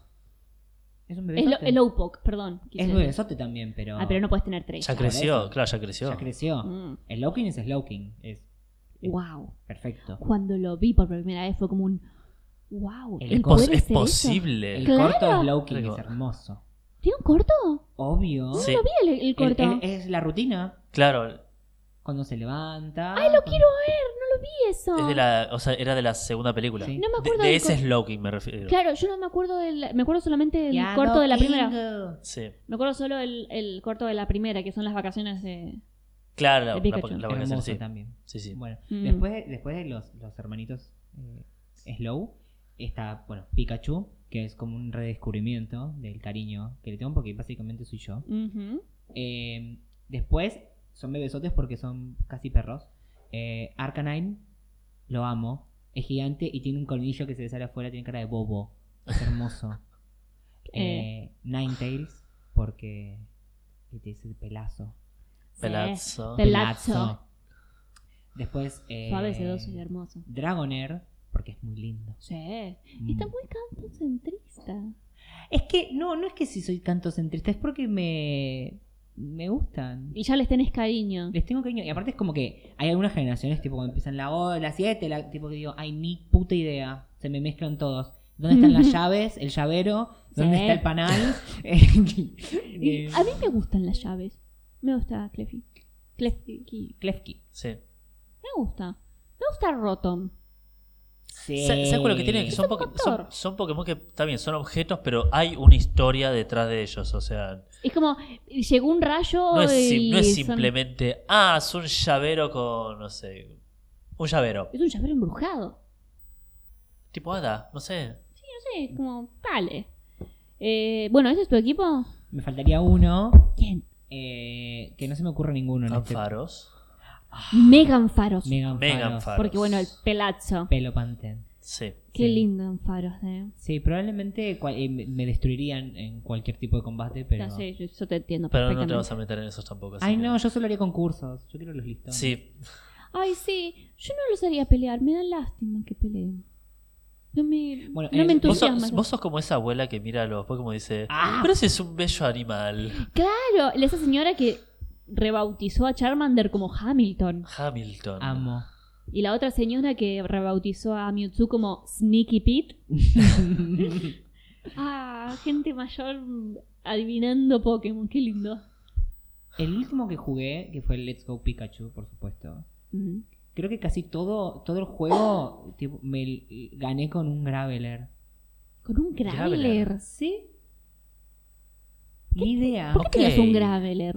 [SPEAKER 1] Es un
[SPEAKER 2] Slo-
[SPEAKER 1] bebesote.
[SPEAKER 2] Slowpoke, perdón. quise
[SPEAKER 1] es
[SPEAKER 2] decir.
[SPEAKER 1] bebesote también, pero,
[SPEAKER 2] Ah, pero no puedes tener tres.
[SPEAKER 4] Ya
[SPEAKER 1] Ahora eso.
[SPEAKER 4] creció, claro, ya creció.
[SPEAKER 1] ya creció.
[SPEAKER 2] Mm.
[SPEAKER 1] Slowking es Slowking. Es
[SPEAKER 2] Wow.
[SPEAKER 1] perfecto.
[SPEAKER 2] Cuando lo vi por primera vez fue como un. Wow.
[SPEAKER 1] El
[SPEAKER 2] ¿él
[SPEAKER 4] Es, pos-
[SPEAKER 2] puede
[SPEAKER 4] es
[SPEAKER 2] ser eso?
[SPEAKER 4] posible.
[SPEAKER 1] El
[SPEAKER 2] Eh. Claro.
[SPEAKER 1] corto Slowking
[SPEAKER 4] Claro.
[SPEAKER 1] es hermoso.
[SPEAKER 2] ¿Tiene un corto?
[SPEAKER 1] Obvio.
[SPEAKER 4] Sí.
[SPEAKER 2] No vi el, el
[SPEAKER 1] El-
[SPEAKER 2] corto.
[SPEAKER 1] el- es la rutina.
[SPEAKER 4] Claro,
[SPEAKER 1] Cuando se levanta.
[SPEAKER 2] Ay, lo
[SPEAKER 1] cuando-
[SPEAKER 2] quiero ver. No lo vi eso.
[SPEAKER 4] es de la, o sea, era de la segunda película.
[SPEAKER 1] Sí.
[SPEAKER 2] No me
[SPEAKER 4] De,
[SPEAKER 2] acuerdo
[SPEAKER 4] de
[SPEAKER 2] del
[SPEAKER 4] ese
[SPEAKER 2] cor-
[SPEAKER 4] Slowking me refiero.
[SPEAKER 2] Claro, yo no me acuerdo del. Me acuerdo solamente del corto de la primera.
[SPEAKER 4] Sí.
[SPEAKER 2] Me acuerdo solo el, el corto de la primera, que son las vacaciones de.
[SPEAKER 4] Claro, la,
[SPEAKER 2] De
[SPEAKER 4] la,
[SPEAKER 2] Pikachu.
[SPEAKER 4] la vacación,
[SPEAKER 1] Hermoso
[SPEAKER 4] sí.
[SPEAKER 1] también.
[SPEAKER 4] Sí, sí.
[SPEAKER 1] Bueno,
[SPEAKER 2] Mm.
[SPEAKER 1] después, de- después de los, los hermanitos eh, Slow, está, bueno, Pikachu, que es como un redescubrimiento del cariño que le tengo porque básicamente soy yo.
[SPEAKER 2] Ujú.
[SPEAKER 1] Eh, después son bebesotes porque son casi perros. Eh, Arcanine, lo amo. Es gigante y tiene un colmillo que se le sale afuera, tiene cara de bobo. Es hermoso. eh, Ninetales, porque te dice pelazo.
[SPEAKER 2] Sí.
[SPEAKER 4] Pelazo.
[SPEAKER 2] Pel- Pelazo.
[SPEAKER 1] Después, eh,
[SPEAKER 2] Suave, sedoso y hermoso.
[SPEAKER 1] Dragonair, porque es muy lindo.
[SPEAKER 2] Sí.
[SPEAKER 1] Mm.
[SPEAKER 2] Está muy cantocentrista.
[SPEAKER 1] Es que, no, no es que si soy tanto centrista, es porque me, me gustan.
[SPEAKER 2] Y ya les tenés cariño.
[SPEAKER 1] Les tengo cariño. Y aparte es como que hay algunas generaciones, tipo, cuando empiezan la O, la 7, la, tipo que digo, ay, ni puta idea. Se me mezclan todos. ¿Dónde están las llaves? ¿El llavero? ¿Dónde
[SPEAKER 2] Sí.
[SPEAKER 1] está el panal?
[SPEAKER 2] Y
[SPEAKER 1] Eh,
[SPEAKER 2] a mí me gustan las llaves. Me gusta Clefki. Clefki.
[SPEAKER 1] Klefki.
[SPEAKER 4] Sí.
[SPEAKER 2] Me gusta. Me gusta Rotom.
[SPEAKER 1] Sí.
[SPEAKER 4] Sa- ¿Sabes cuál es lo que tiene? Que son, poke-
[SPEAKER 2] motor.
[SPEAKER 4] son- son Pokémon que está bien, son objetos, pero hay una historia detrás de ellos. O sea,
[SPEAKER 2] Es como, llegó un rayo.
[SPEAKER 4] no es, sim-
[SPEAKER 2] y
[SPEAKER 4] no es
[SPEAKER 2] son-
[SPEAKER 4] simplemente, ah, es un llavero con, no sé, un llavero.
[SPEAKER 2] Es un llavero embrujado.
[SPEAKER 4] Tipo hada, no sé.
[SPEAKER 2] No sé, es como, vale. Eh, bueno, ¿ese es tu equipo?
[SPEAKER 1] Me faltaría uno,
[SPEAKER 2] ¿Quién?
[SPEAKER 1] eh, que no se me ocurre ninguno. en
[SPEAKER 4] Ah,
[SPEAKER 1] este-
[SPEAKER 4] Anfaros.
[SPEAKER 2] Megan Faros.
[SPEAKER 1] Megan,
[SPEAKER 4] Megan
[SPEAKER 1] Faros.
[SPEAKER 4] Faros.
[SPEAKER 2] Porque bueno, el pelazo.
[SPEAKER 1] Pelo Pantén.
[SPEAKER 4] Sí.
[SPEAKER 2] Qué
[SPEAKER 1] Sí.
[SPEAKER 2] lindo Faros, eh.
[SPEAKER 1] Sí, probablemente cual- eh, me- me destruirían en cualquier tipo de combate, pero...
[SPEAKER 2] Ya sé, yo, yo te entiendo
[SPEAKER 4] Pero no
[SPEAKER 2] perfectamente.
[SPEAKER 4] te vas a meter en esos tampoco. así
[SPEAKER 1] Ay,
[SPEAKER 4] que-
[SPEAKER 1] no, yo solo haría concursos. Yo quiero los listos.
[SPEAKER 4] Sí,
[SPEAKER 2] Ay, sí. Yo no los haría pelear. Me da lástima que peleen. No me,
[SPEAKER 1] Bueno,
[SPEAKER 2] no
[SPEAKER 1] eh,
[SPEAKER 2] me
[SPEAKER 4] Vos
[SPEAKER 2] entusiasma.
[SPEAKER 4] sos, vos sos como esa abuela que mira a los Pokémon y dice,
[SPEAKER 1] Ah.
[SPEAKER 4] pero ese es un bello animal.
[SPEAKER 2] Claro, esa señora que rebautizó a Charmander como Hamilton.
[SPEAKER 4] Hamilton.
[SPEAKER 1] Amo.
[SPEAKER 2] Y la otra señora que rebautizó a Mewtwo como Sneaky Pete. ah, gente mayor adivinando Pokémon, qué lindo.
[SPEAKER 1] El último que jugué, que fue el Let's Go Pikachu, por supuesto,
[SPEAKER 2] Mm.
[SPEAKER 1] Creo que casi todo, todo el juego tipo, me l- gané con un Graveler.
[SPEAKER 2] Con un
[SPEAKER 4] Graveler.
[SPEAKER 2] Graveler.
[SPEAKER 1] ¿Sí? Ni idea.
[SPEAKER 2] ¿Por qué tenías
[SPEAKER 4] Ok.
[SPEAKER 2] un Graveler?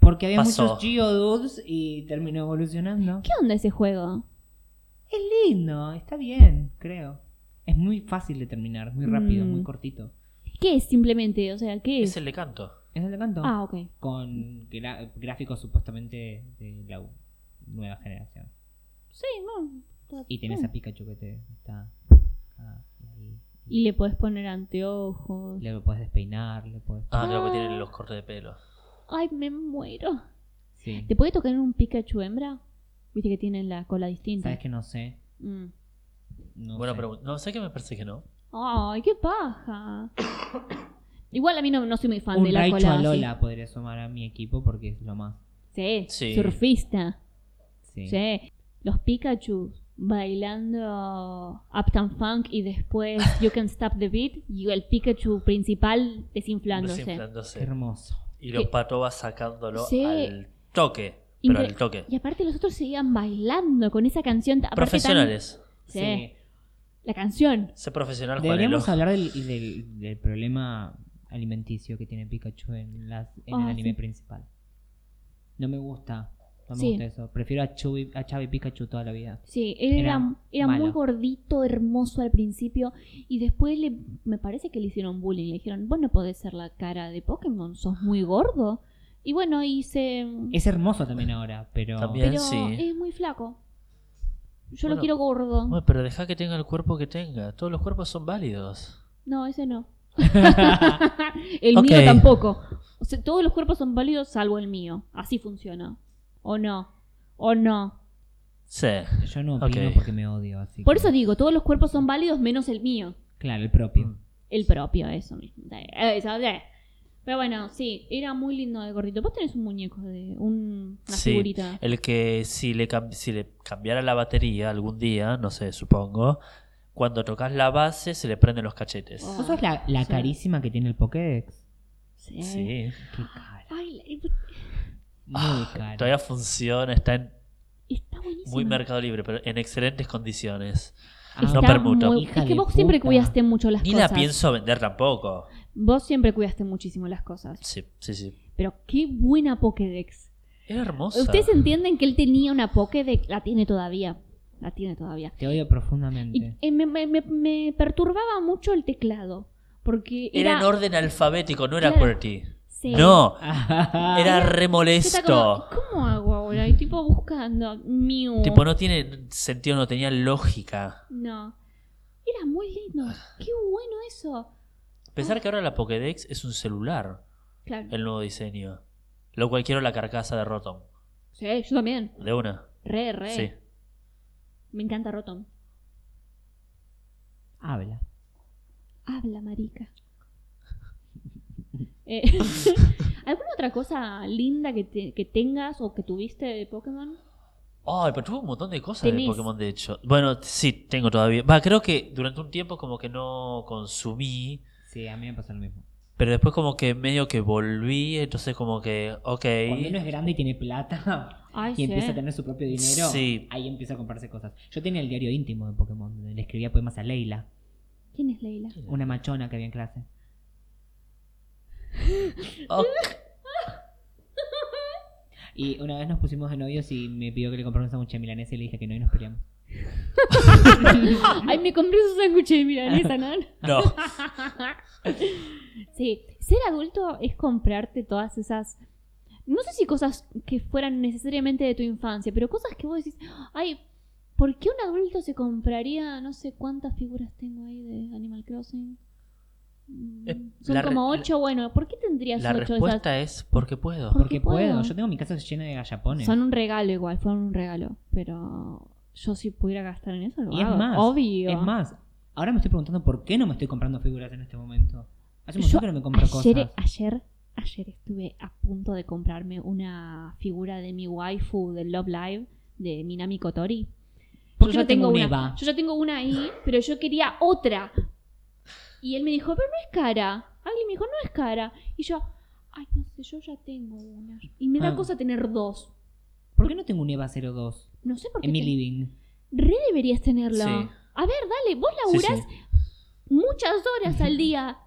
[SPEAKER 1] Porque había
[SPEAKER 4] Pasó.
[SPEAKER 1] muchos Geodudes y terminó evolucionando.
[SPEAKER 2] ¿Qué onda ese juego?
[SPEAKER 1] Es lindo, está bien, creo. Es muy fácil de terminar, muy rápido,
[SPEAKER 2] Mm.
[SPEAKER 1] muy cortito.
[SPEAKER 2] ¿Qué es simplemente? O sea, ¿qué es?
[SPEAKER 4] Es el de canto.
[SPEAKER 1] Es el de canto.
[SPEAKER 2] Ah, ok.
[SPEAKER 1] Con gra- gráficos supuestamente de la u- nueva generación.
[SPEAKER 2] Sí, no. Mm. está
[SPEAKER 1] Y tenés
[SPEAKER 2] bien.
[SPEAKER 1] a Pikachu que te está. ah, ahí.
[SPEAKER 2] Y le podés poner anteojos.
[SPEAKER 1] Le puedes despeinar, le puedes.
[SPEAKER 4] Ah, creo que
[SPEAKER 2] Ah.
[SPEAKER 4] tienen los cortes de pelo.
[SPEAKER 2] Ay, me muero.
[SPEAKER 1] Sí.
[SPEAKER 2] ¿Te puede tocar un Pikachu hembra? Viste que tienen la cola distinta.
[SPEAKER 1] Sabes que no sé.
[SPEAKER 2] Mm.
[SPEAKER 1] No
[SPEAKER 4] Buena
[SPEAKER 1] sé.
[SPEAKER 4] pregunta. No, sé que me parece que no.
[SPEAKER 2] Ay, qué paja. Igual a mí no, no soy muy fan
[SPEAKER 1] Un
[SPEAKER 2] de la
[SPEAKER 1] Raichu
[SPEAKER 2] cola.
[SPEAKER 1] a
[SPEAKER 2] así.
[SPEAKER 1] Lola podría sumar a mi equipo porque es lo más.
[SPEAKER 2] Sí,
[SPEAKER 4] Sí.
[SPEAKER 2] surfista.
[SPEAKER 1] Sí.
[SPEAKER 2] Sí. Los Pikachu bailando Uptown Funk y después You Can Stop the Beat y el Pikachu principal desinflándose.
[SPEAKER 1] Qué
[SPEAKER 4] Desinflándose.
[SPEAKER 1] hermoso.
[SPEAKER 4] Y los
[SPEAKER 2] Que-
[SPEAKER 4] patos va sacándolo
[SPEAKER 2] Sí.
[SPEAKER 4] al toque. Pero
[SPEAKER 2] Incre-
[SPEAKER 4] al toque.
[SPEAKER 2] Y aparte los otros seguían bailando con esa canción. aparte tan-
[SPEAKER 4] Profesionales.
[SPEAKER 2] Sí, La canción.
[SPEAKER 4] Sé profesional, Juanelo.
[SPEAKER 1] Deberíamos hablar del, del, del problema alimenticio que tiene Pikachu en, las, en el
[SPEAKER 2] Ah,
[SPEAKER 1] anime
[SPEAKER 2] sí.
[SPEAKER 1] principal. No me gusta. No me
[SPEAKER 2] Sí.
[SPEAKER 1] gusta eso. Prefiero a Chubby, a Chavi Pikachu toda la vida.
[SPEAKER 2] Sí, él era,
[SPEAKER 1] Era
[SPEAKER 2] era
[SPEAKER 1] malo.
[SPEAKER 2] muy gordito, hermoso al principio. Y después le, me parece que le hicieron bullying. Le dijeron, vos no podés ser la cara de Pokémon, sos muy gordo. Y bueno, y se...
[SPEAKER 1] Es hermoso también ahora, pero.
[SPEAKER 4] También.
[SPEAKER 2] pero
[SPEAKER 4] sí.
[SPEAKER 2] es muy flaco. Yo
[SPEAKER 4] Bueno.
[SPEAKER 2] lo quiero gordo.
[SPEAKER 4] Bueno, pero deja que tenga el cuerpo que tenga. Todos los cuerpos son válidos.
[SPEAKER 2] No, ese no. el
[SPEAKER 4] Ok.
[SPEAKER 2] mío tampoco. O sea, todos los cuerpos son válidos salvo el mío. Así funciona. ¿O no? ¿O no?
[SPEAKER 4] Sí.
[SPEAKER 1] Yo no opino
[SPEAKER 4] Ok.
[SPEAKER 1] porque me odio. Así
[SPEAKER 2] Por
[SPEAKER 1] que-
[SPEAKER 2] eso digo, todos los cuerpos son válidos menos el mío.
[SPEAKER 1] Claro, el propio.
[SPEAKER 2] El propio, eso mismo. Eh, eso, eh. Pero bueno, sí, era muy lindo el gordito. Vos tenés un muñeco de un- una
[SPEAKER 4] Sí.
[SPEAKER 2] figurita.
[SPEAKER 4] El que si le, cam- si le cambiara la batería algún día, no sé, supongo, cuando tocas la base se le prenden los cachetes.
[SPEAKER 2] Oh.
[SPEAKER 1] ¿Vos sos la, la
[SPEAKER 2] Sí.
[SPEAKER 1] carísima que tiene el Pokédex?
[SPEAKER 2] Sí.
[SPEAKER 4] Sí.
[SPEAKER 1] Qué cara.
[SPEAKER 2] Ay, eh,
[SPEAKER 1] Muy
[SPEAKER 4] Ah,
[SPEAKER 1] cara.
[SPEAKER 4] Todavía funciona, está en
[SPEAKER 2] la- está buenísimo.
[SPEAKER 4] muy Mercado Libre, pero en excelentes condiciones.
[SPEAKER 1] Ah,
[SPEAKER 4] no permuto.
[SPEAKER 1] Hija
[SPEAKER 2] es que
[SPEAKER 1] de
[SPEAKER 2] vos siempre
[SPEAKER 1] puta.
[SPEAKER 2] cuidaste mucho las
[SPEAKER 4] Ni
[SPEAKER 2] cosas.
[SPEAKER 4] la pienso vender tampoco.
[SPEAKER 2] Vos siempre cuidaste muchísimo las cosas.
[SPEAKER 4] Sí, sí, sí.
[SPEAKER 2] Pero qué buena Pokédex.
[SPEAKER 4] Era hermosa.
[SPEAKER 2] Ustedes entienden que él tenía una Pokédex. La tiene todavía. La tiene todavía.
[SPEAKER 1] Te odio
[SPEAKER 2] Y
[SPEAKER 1] profundamente.
[SPEAKER 2] eh, me, me- me- me perturbaba mucho el teclado. Porque
[SPEAKER 4] Era
[SPEAKER 2] era.
[SPEAKER 4] en orden alfabético, no era
[SPEAKER 2] Claro.
[SPEAKER 4] QWERTY.
[SPEAKER 2] Sí. Ah,
[SPEAKER 4] No,
[SPEAKER 1] Era
[SPEAKER 4] era re
[SPEAKER 2] Yo
[SPEAKER 4] molesto.
[SPEAKER 2] estaba como, ¿Cómo hago ahora? Y tipo buscando. Miu.
[SPEAKER 4] Tipo, no tiene sentido, no tenía lógica.
[SPEAKER 2] No. Era muy lindo. Qué bueno eso. Ah.
[SPEAKER 4] Pensar que ahora la Pokédex es un celular,
[SPEAKER 2] Claro.
[SPEAKER 4] el nuevo diseño. Lo cual quiero la carcasa de Rotom.
[SPEAKER 2] Sí, yo también.
[SPEAKER 4] De una.
[SPEAKER 2] Re, re.
[SPEAKER 4] Sí.
[SPEAKER 2] Me encanta Rotom.
[SPEAKER 1] Habla.
[SPEAKER 2] Habla, marica. Eh, ¿Alguna otra cosa linda que, te- que tengas o que tuviste de Pokémon?
[SPEAKER 4] Ay, pero tuve un montón de cosas
[SPEAKER 2] Tenés.
[SPEAKER 4] de Pokémon, de hecho. Bueno, sí, tengo todavía. Va, creo que durante un tiempo como que no consumí.
[SPEAKER 1] Sí, a mí me pasa lo mismo.
[SPEAKER 4] Pero después como que medio que volví, entonces como que, ok.
[SPEAKER 1] Cuando uno es grande y tiene plata
[SPEAKER 2] Ay,
[SPEAKER 1] y
[SPEAKER 2] sí.
[SPEAKER 1] empieza a tener su propio dinero,
[SPEAKER 4] Sí.
[SPEAKER 1] ahí empieza a comprarse cosas. Yo tenía el diario íntimo de Pokémon, donde le escribía poemas a Leila,
[SPEAKER 2] ¿Quién es Leila?
[SPEAKER 1] una machona que había en clase.
[SPEAKER 4] ok.
[SPEAKER 1] Y una vez nos pusimos de novios y me pidió que le comprara un sándwich de milanesa y le dije que no y nos peleamos.
[SPEAKER 4] Ah.
[SPEAKER 2] Ay, me compré su sándwich de milanesa, ¿no?
[SPEAKER 4] No.
[SPEAKER 2] Sí, ser adulto es comprarte todas esas... No sé si cosas que fueran necesariamente de tu infancia, pero cosas que vos decís, ay, ¿por qué un adulto se compraría no sé cuántas figuras tengo ahí de Animal Crossing? Mm,
[SPEAKER 4] Eh,
[SPEAKER 2] Son
[SPEAKER 4] la re-
[SPEAKER 2] como
[SPEAKER 4] la-
[SPEAKER 2] ocho, bueno, ¿por qué tendrías
[SPEAKER 4] La
[SPEAKER 2] ocho de esas?
[SPEAKER 4] respuesta es porque puedo.
[SPEAKER 2] ¿Por
[SPEAKER 1] Porque
[SPEAKER 2] qué puedo?
[SPEAKER 1] puedo. Yo tengo mi casa llena de gallapones.
[SPEAKER 2] Son un regalo igual, fueron un regalo, pero yo si pudiera gastar en eso lo
[SPEAKER 1] Y es
[SPEAKER 2] hago,
[SPEAKER 1] más,
[SPEAKER 2] obvio.
[SPEAKER 1] Es más, ahora me estoy preguntando por qué no me estoy comprando figuras en este momento. Hace un montón
[SPEAKER 2] Yo
[SPEAKER 1] que no me compro
[SPEAKER 2] ayer,
[SPEAKER 1] cosas.
[SPEAKER 2] Ayer, ayer estuve a punto de comprarme una figura de mi waifu del Love Live de Minami Kotori.
[SPEAKER 1] ¿Por qué
[SPEAKER 2] ya
[SPEAKER 1] no tengo un
[SPEAKER 2] una,
[SPEAKER 1] Eva?
[SPEAKER 2] yo ya tengo una ahí, pero yo quería otra. Y él me dijo, pero no es cara. Alguien me dijo, no es cara. Y yo, ay, no sé, yo ya tengo una. Y me da
[SPEAKER 1] Ah.
[SPEAKER 2] cosa tener dos.
[SPEAKER 1] ¿Por qué no tengo un Eva 02?
[SPEAKER 2] No sé por qué.
[SPEAKER 1] En mi
[SPEAKER 2] te-
[SPEAKER 1] living.
[SPEAKER 2] Re deberías tenerlo.
[SPEAKER 4] Sí.
[SPEAKER 2] A ver, dale, vos
[SPEAKER 4] Sí,
[SPEAKER 2] laburás
[SPEAKER 4] sí.
[SPEAKER 2] muchas horas al día.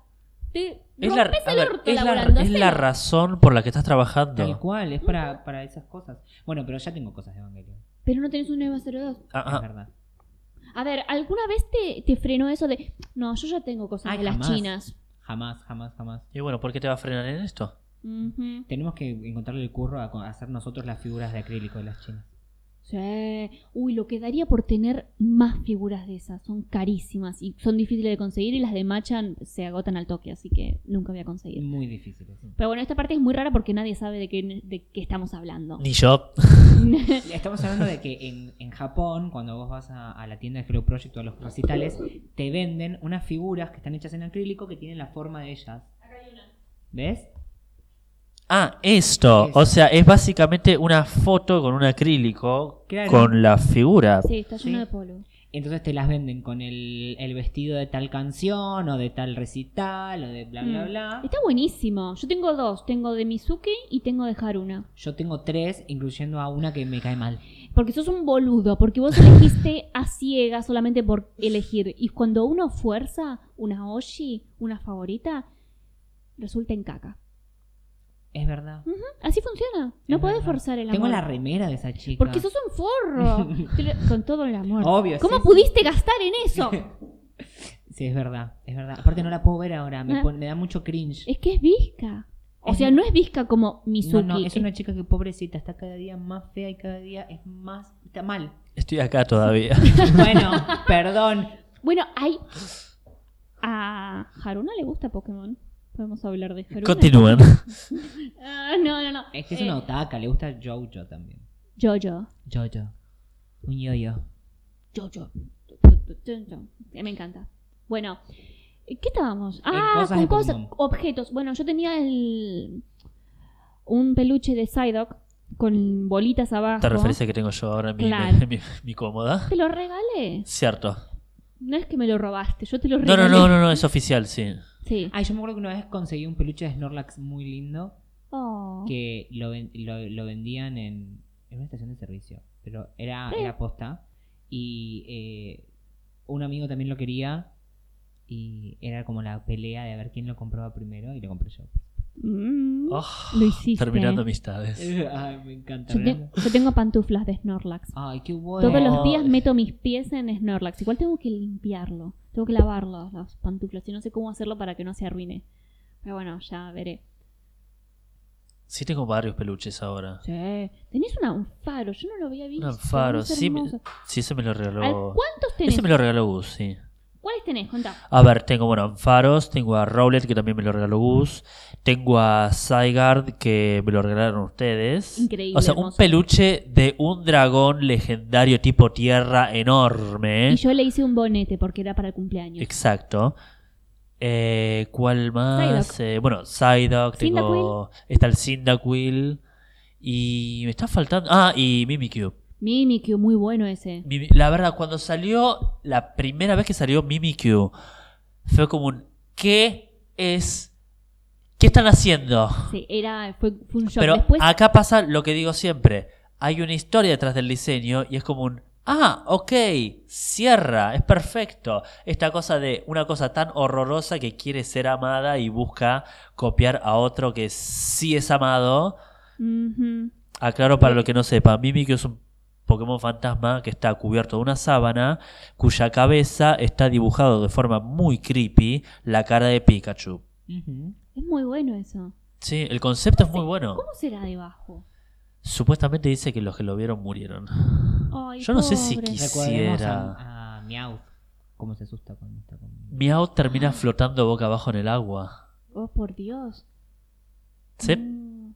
[SPEAKER 2] Te
[SPEAKER 4] Es la,
[SPEAKER 2] rompes
[SPEAKER 4] a
[SPEAKER 2] el
[SPEAKER 4] ver,
[SPEAKER 2] orto
[SPEAKER 4] es la-
[SPEAKER 2] laburando.
[SPEAKER 4] es la
[SPEAKER 2] hacelo.
[SPEAKER 4] razón por la que estás
[SPEAKER 1] Tal
[SPEAKER 4] trabajando.
[SPEAKER 1] cual, es para, para esas cosas. Bueno, pero ya tengo cosas de Evangelion.
[SPEAKER 2] Pero no tenés un 902.
[SPEAKER 4] Ah,
[SPEAKER 1] Es
[SPEAKER 4] ah,
[SPEAKER 1] verdad.
[SPEAKER 2] A ver, ¿alguna vez te, te frenó eso de no, yo ya tengo cosas
[SPEAKER 1] Ay,
[SPEAKER 2] de las
[SPEAKER 1] jamás.
[SPEAKER 2] chinas?
[SPEAKER 1] Jamás, jamás, jamás.
[SPEAKER 4] Y bueno, ¿por qué te va a frenar en esto?
[SPEAKER 2] Ujú.
[SPEAKER 1] Tenemos que encontrarle el curro a co- a hacer nosotros las figuras de acrílico de las chinas.
[SPEAKER 2] Sí. Uy, lo que daría por tener más figuras de esas. Son carísimas y son difíciles de conseguir y las de Machan se agotan al toque, así que nunca voy a conseguir.
[SPEAKER 1] Muy difíciles.
[SPEAKER 2] Pero bueno, esta parte es muy rara porque nadie sabe de qué, de qué estamos hablando.
[SPEAKER 1] Mm.
[SPEAKER 4] Ni yo.
[SPEAKER 1] Estamos hablando de que en, en Japón, cuando vos vas a, a la tienda de Hello Project o a los recitales, te venden unas figuras que están hechas en acrílico que tienen la forma de ellas. ¿Ves?
[SPEAKER 4] Ah, esto.
[SPEAKER 1] Eso.
[SPEAKER 4] O sea, es básicamente una foto con un acrílico
[SPEAKER 1] Claro.
[SPEAKER 4] con la figura.
[SPEAKER 2] Sí, está lleno
[SPEAKER 1] Sí.
[SPEAKER 2] de polvo.
[SPEAKER 1] Entonces te las venden con el, el vestido de tal canción o de tal recital o de bla bla
[SPEAKER 2] Mm.
[SPEAKER 1] bla.
[SPEAKER 2] Está buenísimo. Yo tengo dos. Tengo de Mizuki y tengo de Haruna.
[SPEAKER 1] Yo tengo tres, incluyendo a una que me cae mal.
[SPEAKER 2] Porque sos un boludo. Porque vos elegiste a ciegas solamente por elegir. Y cuando uno fuerza una Oshi, una favorita, resulta en caca.
[SPEAKER 1] Es verdad.
[SPEAKER 2] Así funciona. No
[SPEAKER 1] Es
[SPEAKER 2] podés
[SPEAKER 1] verdad.
[SPEAKER 2] forzar el amor.
[SPEAKER 1] Tengo la remera de esa chica.
[SPEAKER 2] porque sos un forro. Te lo- Con todo el amor.
[SPEAKER 1] Obvio,
[SPEAKER 2] ¿Cómo
[SPEAKER 1] sí, sí.
[SPEAKER 2] pudiste gastar en eso?
[SPEAKER 1] Sí, es verdad, es verdad. Aparte no la puedo ver ahora, me,
[SPEAKER 2] Ah.
[SPEAKER 1] pon- me da mucho cringe.
[SPEAKER 2] Es que es visca. O
[SPEAKER 1] Es-
[SPEAKER 2] sea, no es visca como
[SPEAKER 1] No,
[SPEAKER 2] Mizuki.
[SPEAKER 1] no, es
[SPEAKER 2] Es-
[SPEAKER 1] una chica que pobrecita, está cada día más fea y cada día es más... Está mal.
[SPEAKER 4] Estoy acá todavía.
[SPEAKER 1] Bueno, perdón.
[SPEAKER 2] Bueno, hay. A Haruna le gusta Pokémon. Podemos hablar de Haruna.
[SPEAKER 4] Continúen.
[SPEAKER 2] Ah, no, no, no.
[SPEAKER 1] Es que es
[SPEAKER 2] Eh,
[SPEAKER 1] una otaka, le gusta Jojo también.
[SPEAKER 2] Jojo.
[SPEAKER 1] Jojo. Un yoyo.
[SPEAKER 2] Jojo. Eh, Me encanta. Bueno, ¿qué estábamos? Ah,
[SPEAKER 1] cosas
[SPEAKER 2] con
[SPEAKER 1] de
[SPEAKER 2] cosas,
[SPEAKER 1] Pokémon.
[SPEAKER 2] objetos. Bueno, yo tenía el. Un peluche de Psyduck con bolitas abajo.
[SPEAKER 4] Esta referencia que tengo yo ahora en mi,
[SPEAKER 2] Claro.
[SPEAKER 4] en mi- mi cómoda.
[SPEAKER 2] Te lo regalé.
[SPEAKER 4] Cierto.
[SPEAKER 2] No es que me lo robaste, yo te lo
[SPEAKER 4] No,
[SPEAKER 2] regalé.
[SPEAKER 4] no, no, no, no, es oficial, sí.
[SPEAKER 2] Sí.
[SPEAKER 1] Ay, yo me acuerdo que una vez conseguí un peluche de Snorlax muy lindo
[SPEAKER 2] Oh.
[SPEAKER 1] que lo, ven- lo, lo vendían en, en una estación de servicio, pero era,
[SPEAKER 2] Sí.
[SPEAKER 1] era posta. Y eh, un amigo también lo quería y era como la pelea de ver quién lo compraba primero y lo compré yo.
[SPEAKER 2] Mm,
[SPEAKER 4] Oh,
[SPEAKER 2] lo hiciste.
[SPEAKER 4] terminando amistades.
[SPEAKER 1] Ay, me encanta.
[SPEAKER 2] Yo, te- yo tengo pantuflas de Snorlax.
[SPEAKER 1] Ay, qué bueno.
[SPEAKER 2] Todos los
[SPEAKER 4] Ay.
[SPEAKER 2] días meto mis pies en Snorlax. Igual tengo que limpiarlo. Tengo que lavarlo, las pantuflas. Y no sé cómo hacerlo para que no se arruine. Pero bueno, ya veré.
[SPEAKER 4] Sí, tengo varios peluches ahora.
[SPEAKER 2] Sí. Tenés una- un faro. Yo no lo había visto.
[SPEAKER 4] Un faro,
[SPEAKER 2] es
[SPEAKER 4] sí, me-
[SPEAKER 2] hermoso.
[SPEAKER 4] sí, ese me lo
[SPEAKER 2] Al-
[SPEAKER 4] regaló.
[SPEAKER 2] ¿Cuántos tenés?
[SPEAKER 4] Ese me lo regaló Gus, sí.
[SPEAKER 2] ¿Cuáles tenés? Contá.
[SPEAKER 4] A ver, tengo, bueno, Anfaros, tengo a Rowlet, que también me lo regaló Gus. Tengo a Zygarde, que me lo regalaron ustedes.
[SPEAKER 2] Increíble,
[SPEAKER 4] O sea, un
[SPEAKER 2] hermoso.
[SPEAKER 4] peluche de un dragón legendario tipo tierra enorme.
[SPEAKER 2] Y yo le hice un bonete porque era para el cumpleaños.
[SPEAKER 4] Exacto. Eh, ¿Cuál más?
[SPEAKER 2] Psyduck.
[SPEAKER 4] Eh, bueno, Psyduck, tengo. Está el Cyndaquil. Y me está faltando. Ah, y Mimikyu.
[SPEAKER 2] Mimikyu, muy bueno ese.
[SPEAKER 4] Mimi- La verdad, cuando salió, la primera vez que salió Mimikyu, fue como un. ¿Qué es.? ¿Qué están haciendo?
[SPEAKER 2] Sí, era, fue, fue un shock.
[SPEAKER 4] Pero
[SPEAKER 2] Después,
[SPEAKER 4] acá pasa lo que digo siempre. Hay una historia detrás del diseño y es como un. Ah, ok, cierra, es perfecto. Esta cosa de una cosa tan horrorosa que quiere ser amada y busca copiar a otro que sí es amado.
[SPEAKER 2] Ujú.
[SPEAKER 4] Aclaro para lo que no sepa, Mimikyu es un Pokémon fantasma que está cubierto de una sábana cuya cabeza está dibujado de forma muy creepy la cara de Pikachu.
[SPEAKER 1] Ujú.
[SPEAKER 2] es muy bueno eso.
[SPEAKER 4] Sí, el concepto es muy bueno.
[SPEAKER 2] ¿Cómo será debajo?
[SPEAKER 4] Supuestamente dice que los que lo vieron murieron.
[SPEAKER 2] Ay,
[SPEAKER 4] Yo no sé si
[SPEAKER 2] pobre.
[SPEAKER 4] quis-
[SPEAKER 1] Recordemos
[SPEAKER 4] Quisiera.
[SPEAKER 1] a, a Meowth. Cómo se asusta cuando está conmigo.
[SPEAKER 4] Miao termina flotando boca abajo en el agua.
[SPEAKER 2] Oh, por Dios.
[SPEAKER 4] ¿Sí?
[SPEAKER 2] Mm.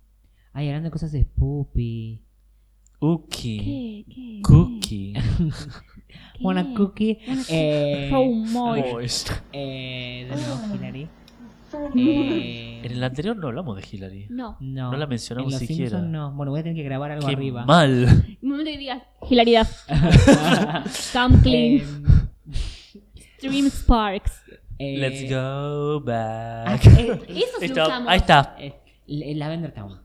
[SPEAKER 1] Ay, hablando de cosas de Spoopy.
[SPEAKER 4] Uki.
[SPEAKER 2] ¿Qué? ¿Qué?
[SPEAKER 4] Cookie.
[SPEAKER 2] ¿Qué?
[SPEAKER 1] Wanna cookie.
[SPEAKER 2] Wanna
[SPEAKER 1] Eh,
[SPEAKER 2] How moist.
[SPEAKER 4] Moist.
[SPEAKER 1] eh, de nuevo, Hilary. Eh,
[SPEAKER 4] En el anterior no hablamos de Hillary.
[SPEAKER 2] No.
[SPEAKER 1] No,
[SPEAKER 4] No la mencionamos
[SPEAKER 1] en los
[SPEAKER 4] siquiera.
[SPEAKER 1] Simpsons no. Bueno, voy a tener que grabar algo
[SPEAKER 4] Qué
[SPEAKER 1] arriba.
[SPEAKER 4] mal.
[SPEAKER 2] Un momento que digas hilaridad. Come
[SPEAKER 1] Eh,
[SPEAKER 2] clean. Stream Sparks.
[SPEAKER 1] eh,
[SPEAKER 4] Let's go
[SPEAKER 1] ah,
[SPEAKER 4] back.
[SPEAKER 1] eh, eh,
[SPEAKER 2] Eso sí
[SPEAKER 4] Stop.
[SPEAKER 2] usamos.
[SPEAKER 4] Ahí está.
[SPEAKER 1] eh, Lavender Town.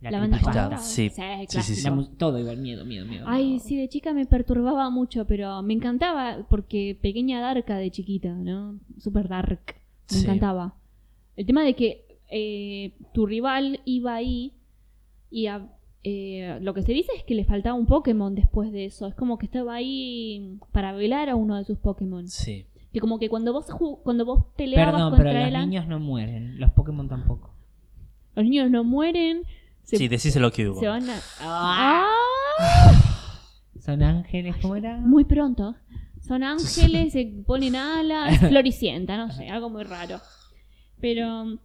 [SPEAKER 2] La
[SPEAKER 1] tripa
[SPEAKER 2] bandeja.
[SPEAKER 1] espanta.
[SPEAKER 4] Está, sí.
[SPEAKER 2] claro.
[SPEAKER 4] Sí, sí,
[SPEAKER 1] La mu- todo igual, miedo, miedo, miedo.
[SPEAKER 2] Ay,
[SPEAKER 1] miedo.
[SPEAKER 2] sí, de chica me perturbaba mucho, pero me encantaba porque pequeña darka de chiquita, ¿no? Super dark. Me
[SPEAKER 4] Sí.
[SPEAKER 2] encantaba. El tema de que eh, tu rival iba ahí y a- eh, lo que se dice es que le faltaba un Pokémon después de eso. Es como que estaba ahí para velar a uno de sus Pokémon.
[SPEAKER 4] Sí.
[SPEAKER 2] Que como que cuando vos, ju- cuando vos peleabas
[SPEAKER 1] Perdón, pero
[SPEAKER 2] contra
[SPEAKER 1] los
[SPEAKER 2] él,
[SPEAKER 1] niños no mueren, los Pokémon tampoco.
[SPEAKER 2] los niños no mueren, se,
[SPEAKER 4] Sí, decíselo que hubo.
[SPEAKER 2] se van a... ¡Ah!
[SPEAKER 1] Son ángeles, ¿cómo era?
[SPEAKER 2] muy pronto. Son ángeles, se ponen alas, floricienta, no sé, algo muy raro. Pero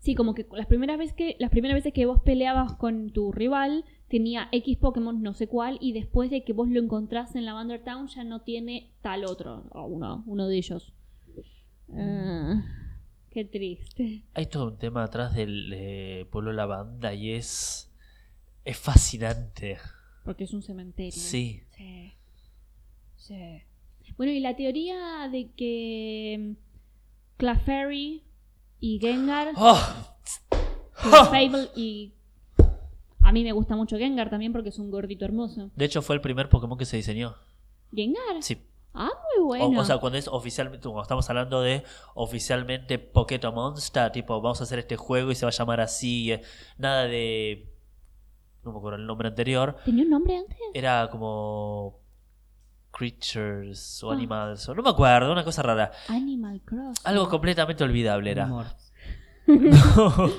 [SPEAKER 2] sí, como que las primeras veces que las primeras veces que vos peleabas con tu rival tenía X Pokémon no sé cuál y después de que vos lo encontrás en Lavander Town ya no tiene tal otro, o uno, uno de ellos. Ah, qué triste.
[SPEAKER 4] Hay todo un tema atrás del eh, pueblo La Banda y es. Es fascinante.
[SPEAKER 2] Porque es un cementerio.
[SPEAKER 4] Sí.
[SPEAKER 2] Sí. Sí. Bueno, y la teoría de que mm, Clefairy y Gengar,
[SPEAKER 4] ¡Oh!
[SPEAKER 2] Clefable y... A mí me gusta mucho Gengar también porque es un gordito hermoso.
[SPEAKER 4] De hecho, fue el primer Pokémon que se diseñó.
[SPEAKER 2] Gengar,
[SPEAKER 4] Sí.
[SPEAKER 2] ah, muy
[SPEAKER 4] Oh, O-
[SPEAKER 2] bueno.
[SPEAKER 4] O, sea, cuando es oficialmente, cuando estamos hablando de oficialmente Pokémon Monster, tipo, vamos a hacer este juego y se va a llamar así. eh, Nada de. No me acuerdo el nombre anterior.
[SPEAKER 2] ¿Tenía un nombre antes?
[SPEAKER 4] Era como. Creatures o
[SPEAKER 2] Ah.
[SPEAKER 4] Animals. o No me acuerdo, una cosa rara.
[SPEAKER 2] Animal Cross.
[SPEAKER 4] Algo completamente olvidable era.
[SPEAKER 1] Morphs.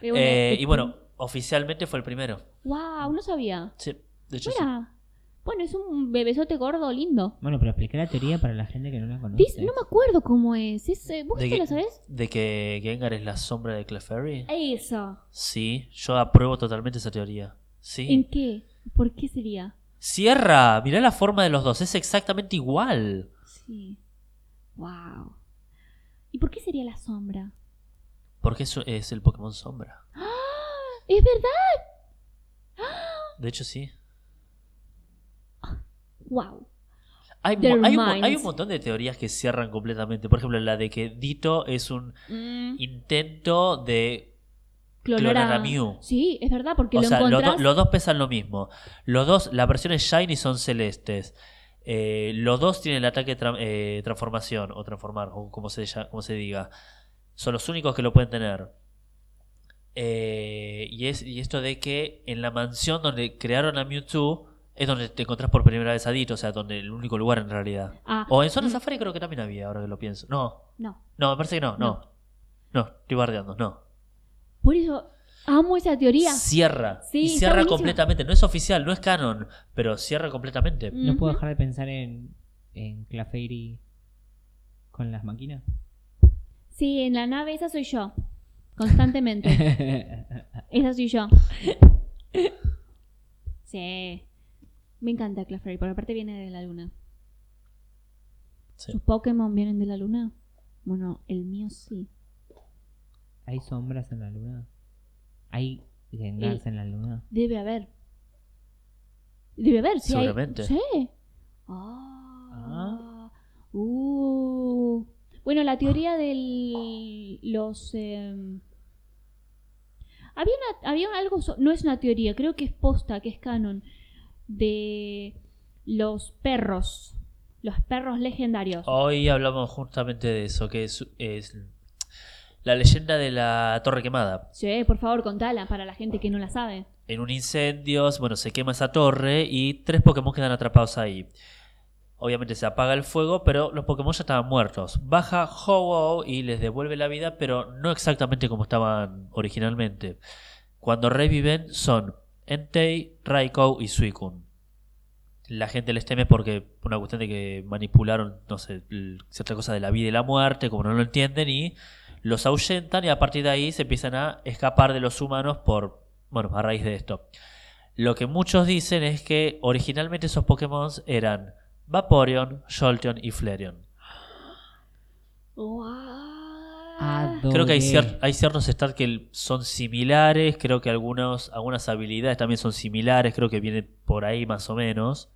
[SPEAKER 2] Eh, bueno,
[SPEAKER 4] Eh, y
[SPEAKER 2] este-
[SPEAKER 4] bueno, oficialmente fue el primero.
[SPEAKER 2] Wow, no sabía.
[SPEAKER 4] Sí, de hecho sí.
[SPEAKER 2] Mira. Bueno, es un bebesote gordo lindo.
[SPEAKER 1] Bueno, pero expliqué la teoría para la gente que no la conoce.
[SPEAKER 2] Dice- No me acuerdo cómo es. es eh, ¿Vos
[SPEAKER 4] Ah, De
[SPEAKER 2] te
[SPEAKER 4] que-
[SPEAKER 2] lo sabés?
[SPEAKER 4] ¿De que Gengar es la sombra de Clefairy?
[SPEAKER 2] Eso.
[SPEAKER 4] Sí, yo apruebo totalmente esa teoría.
[SPEAKER 2] ¿En
[SPEAKER 4] Sí.
[SPEAKER 2] qué? ¿Por qué sería?
[SPEAKER 4] Cierra, mirá la forma de los dos, es exactamente igual.
[SPEAKER 2] Sí. Wow. ¿Y por qué sería la sombra?
[SPEAKER 4] Porque eso es el Pokémon sombra.
[SPEAKER 2] ¡Es verdad!
[SPEAKER 4] De hecho, sí.
[SPEAKER 2] ¡Wow!
[SPEAKER 4] Hay, mo-
[SPEAKER 2] Their
[SPEAKER 4] hay un, mo-
[SPEAKER 2] minds.
[SPEAKER 4] hay un montón de teorías que cierran completamente. Por ejemplo, la de que Dito es un
[SPEAKER 1] Mm.
[SPEAKER 4] intento de
[SPEAKER 2] clonar
[SPEAKER 4] clonar a Mew.
[SPEAKER 2] Sí, es verdad, porque
[SPEAKER 4] o
[SPEAKER 2] lo
[SPEAKER 4] sea, los,
[SPEAKER 2] encontrás...
[SPEAKER 4] do- los dos pesan lo mismo. Los dos, las versiones Shiny son celestes. Eh, los dos tienen el ataque de tra- eh, transformación o transformar, o como se, lla- como se diga. Son los únicos que lo pueden tener. Eh, y, es, y esto de que en la mansión donde crearon a Mewtwo es donde te encontrás por primera vez a Ditto, o sea, donde el único lugar en realidad.
[SPEAKER 2] Ah,
[SPEAKER 4] O en Zona Safari creo que también había, ahora que lo pienso. No,
[SPEAKER 2] no.
[SPEAKER 4] no, me parece que no, no. No, estoy bardeando, no.
[SPEAKER 2] Por eso amo esa teoría.
[SPEAKER 4] Cierra.
[SPEAKER 2] Sí,
[SPEAKER 4] y
[SPEAKER 2] está
[SPEAKER 4] cierra
[SPEAKER 2] buenísimo.
[SPEAKER 4] completamente. No es oficial, no es canon, pero cierra completamente.
[SPEAKER 2] Mm.
[SPEAKER 1] No puedo dejar de pensar en, en Clefairy con las máquinas.
[SPEAKER 2] Sí, en la nave esa soy yo. Constantemente. esa soy yo. Sí. Me encanta Clefairy, porque aparte viene de la luna.
[SPEAKER 4] Sí.
[SPEAKER 2] ¿Sus Pokémon vienen de la luna? Bueno, el mío sí.
[SPEAKER 1] ¿Hay sombras en la luna? ¿Hay gengars
[SPEAKER 2] Eh,
[SPEAKER 1] en la luna?
[SPEAKER 2] Debe haber. Debe haber, sí. hay-
[SPEAKER 4] Seguramente.
[SPEAKER 2] sí. Ah. Uh. Bueno, la teoría de los... em, había, una, había algo, so- no es una teoría, creo que es posta, que es canon, de los perros, los perros legendarios.
[SPEAKER 4] Hoy hablamos justamente de eso, que es, es la leyenda de la torre quemada.
[SPEAKER 2] Sí, por favor, contala para la gente que no la sabe.
[SPEAKER 4] En un incendio, bueno, se quema esa torre y tres Pokémon quedan atrapados ahí. Obviamente se apaga el fuego, pero los Pokémon ya estaban muertos. Baja Ho-Oh y les devuelve la vida, pero no exactamente como estaban originalmente. Cuando reviven son Entei, Raikou y Suicune. La gente les teme porque una cuestión de que manipularon, no sé, l- cierta cosa de la vida y la muerte, como no lo entienden, y los ahuyentan y a partir de ahí se empiezan a escapar de los humanos por, bueno, a raíz de esto. Lo que muchos dicen es que originalmente esos Pokémon eran Vaporeon, Jolteon y Flareon.
[SPEAKER 2] Guau.
[SPEAKER 4] Creo que hay,
[SPEAKER 1] Adoré.
[SPEAKER 4] cier- hay ciertos stats que l- son similares, creo que algunos, algunas habilidades también son similares, creo que viene por ahí más o menos.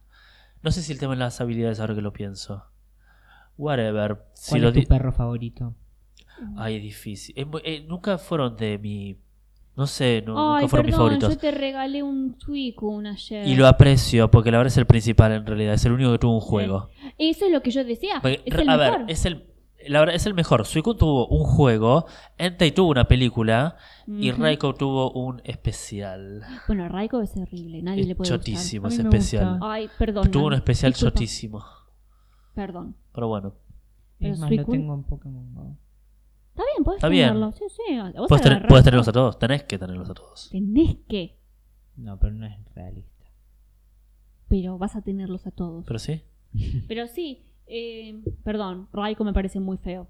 [SPEAKER 4] No sé si el tema de las habilidades ahora que lo pienso. Whatever. Si
[SPEAKER 1] ¿Cuál
[SPEAKER 4] lo
[SPEAKER 1] es tu
[SPEAKER 4] di- Ah,
[SPEAKER 1] perro favorito?
[SPEAKER 4] Ay, difícil. Es muy- eh, nunca fueron de mi No sé, no,
[SPEAKER 2] Ay,
[SPEAKER 4] nunca fueron mis
[SPEAKER 2] perdón,
[SPEAKER 4] favoritos.
[SPEAKER 2] yo te regalé un Suicune ayer.
[SPEAKER 4] Y lo aprecio, porque la verdad es el principal en realidad, es el único que tuvo un juego.
[SPEAKER 2] Eh, Eso es lo que yo decía.
[SPEAKER 4] Porque,
[SPEAKER 2] es el
[SPEAKER 4] a
[SPEAKER 2] mejor.
[SPEAKER 4] ver, es el, la verdad es el mejor. Suicune tuvo un juego, Entei tuvo una película y
[SPEAKER 2] Ujú.
[SPEAKER 4] Raiko tuvo un especial.
[SPEAKER 2] Bueno, Raiko es horrible, nadie le puede
[SPEAKER 4] chotísimo,
[SPEAKER 1] gustar.
[SPEAKER 4] ese
[SPEAKER 1] A mí me
[SPEAKER 4] especial.
[SPEAKER 2] gustar. Ay, perdón.
[SPEAKER 4] Tuvo un
[SPEAKER 2] Nami.
[SPEAKER 4] especial
[SPEAKER 2] Disculpa,
[SPEAKER 4] chotísimo.
[SPEAKER 2] Perdón.
[SPEAKER 4] Pero bueno,
[SPEAKER 1] Es
[SPEAKER 2] Pero
[SPEAKER 1] más, lo
[SPEAKER 2] Suicune-
[SPEAKER 1] tengo en Pokémon Go.
[SPEAKER 2] Está bien, podés
[SPEAKER 4] Está bien.
[SPEAKER 2] tenerlo. Sí, sí. a- vos
[SPEAKER 4] puedes, tener-
[SPEAKER 2] agarrás
[SPEAKER 4] puedes
[SPEAKER 2] todo.
[SPEAKER 4] tenerlos a todos, tenés que tenerlos a todos.
[SPEAKER 2] Tenés que,
[SPEAKER 1] No, pero no es realista.
[SPEAKER 2] pero vas a tenerlos a todos.
[SPEAKER 4] Pero sí,
[SPEAKER 2] Pero sí, eh, perdón, Raiko me parece muy feo.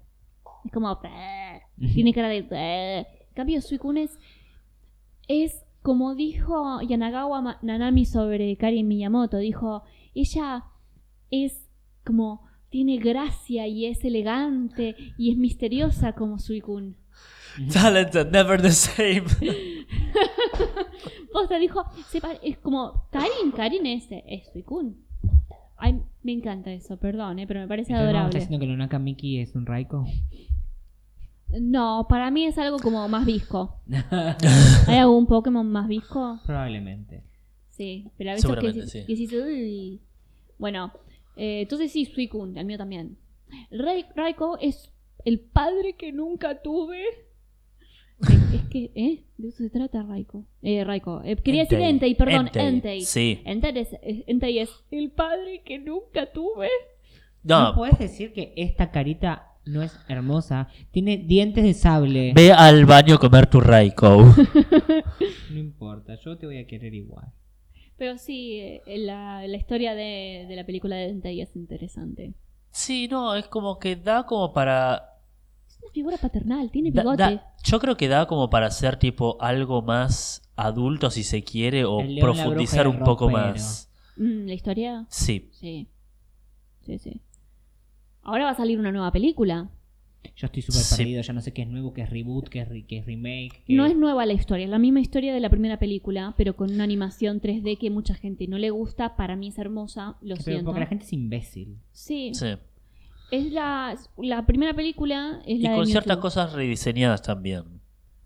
[SPEAKER 2] Es como... "Bleh". Tiene cara de... "Bleh". En cambio, Suicune es... Es como dijo Yanagawa Ma- Nanami sobre Karin Miyamoto. Dijo, ella es como... Tiene gracia y es elegante y es misteriosa como Suicune.
[SPEAKER 4] Talented, never the same.
[SPEAKER 2] Posta dijo, se pa- es como Karin, Karin es, es Suicune. Ay, me encanta eso, perdón, eh, pero me parece
[SPEAKER 1] Entonces, ¿no me ¿Estás
[SPEAKER 2] adorable.
[SPEAKER 1] diciendo que Lunaka Miki es un Raiko?
[SPEAKER 2] No, para mí es algo como más visco. ¿Hay algún Pokémon más visco?
[SPEAKER 1] Probablemente.
[SPEAKER 2] Sí, pero a veces que,
[SPEAKER 4] Seguramente,
[SPEAKER 2] decís-
[SPEAKER 4] sí.
[SPEAKER 2] que decís, "Uy". Bueno, eh, entonces sí, Suicune, el mío también. Rai- Raiko es el padre que nunca tuve. Es es que, ¿eh? De eso se trata Raiko. Eh, Raiko. Eh, quería decir Entei, perdón, Entei.
[SPEAKER 4] Sí.
[SPEAKER 2] Entei es, es- Entei es el padre que nunca tuve.
[SPEAKER 1] No.
[SPEAKER 4] No,
[SPEAKER 1] puedes decir que esta carita no es hermosa. Tiene dientes de sable.
[SPEAKER 4] ve al baño a comer tu Raiko.
[SPEAKER 1] No importa, yo te voy a querer igual.
[SPEAKER 2] Pero sí, eh, la, la historia de, de la película de Entei es interesante.
[SPEAKER 4] Sí, no, es como que da como para
[SPEAKER 2] Es una figura paternal, tiene
[SPEAKER 4] Da-
[SPEAKER 2] bigote.
[SPEAKER 4] da- yo creo que da como para hacer tipo algo más adulto si se quiere o
[SPEAKER 1] El león, la bruja y
[SPEAKER 4] profundizar
[SPEAKER 1] el
[SPEAKER 4] un poco
[SPEAKER 1] rompero.
[SPEAKER 4] más.
[SPEAKER 2] Mm, la historia,
[SPEAKER 4] Sí.
[SPEAKER 2] sí. Sí, sí. Ahora va a salir una nueva película.
[SPEAKER 1] Yo estoy súper
[SPEAKER 4] Sí.
[SPEAKER 1] perdido, ya no sé qué es nuevo, qué es reboot, qué es, re- qué es remake. qué-
[SPEAKER 2] No es nueva la historia, es la misma historia de la primera película, pero con una animación 3D que mucha gente no le gusta. Para mí es hermosa, lo
[SPEAKER 1] Pero
[SPEAKER 2] siento.
[SPEAKER 1] porque la gente es imbécil.
[SPEAKER 2] Sí,
[SPEAKER 4] sí.
[SPEAKER 2] es la, la primera película. Es
[SPEAKER 4] Y
[SPEAKER 2] la de
[SPEAKER 4] con ciertas
[SPEAKER 2] Mewtwo.
[SPEAKER 4] cosas rediseñadas también.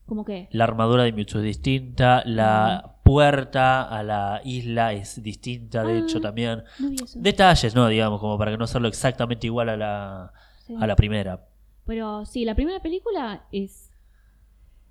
[SPEAKER 2] ¿Cómo qué?
[SPEAKER 4] La armadura de Mewtwo es distinta, la puerta a la isla es distinta, de
[SPEAKER 2] Ah.
[SPEAKER 4] hecho, también.
[SPEAKER 2] No vi eso.
[SPEAKER 4] Detalles, ¿no? Digamos, como para que no hacerlo exactamente igual a la,
[SPEAKER 2] Sí.
[SPEAKER 4] a la primera.
[SPEAKER 2] Pero sí, la primera película es.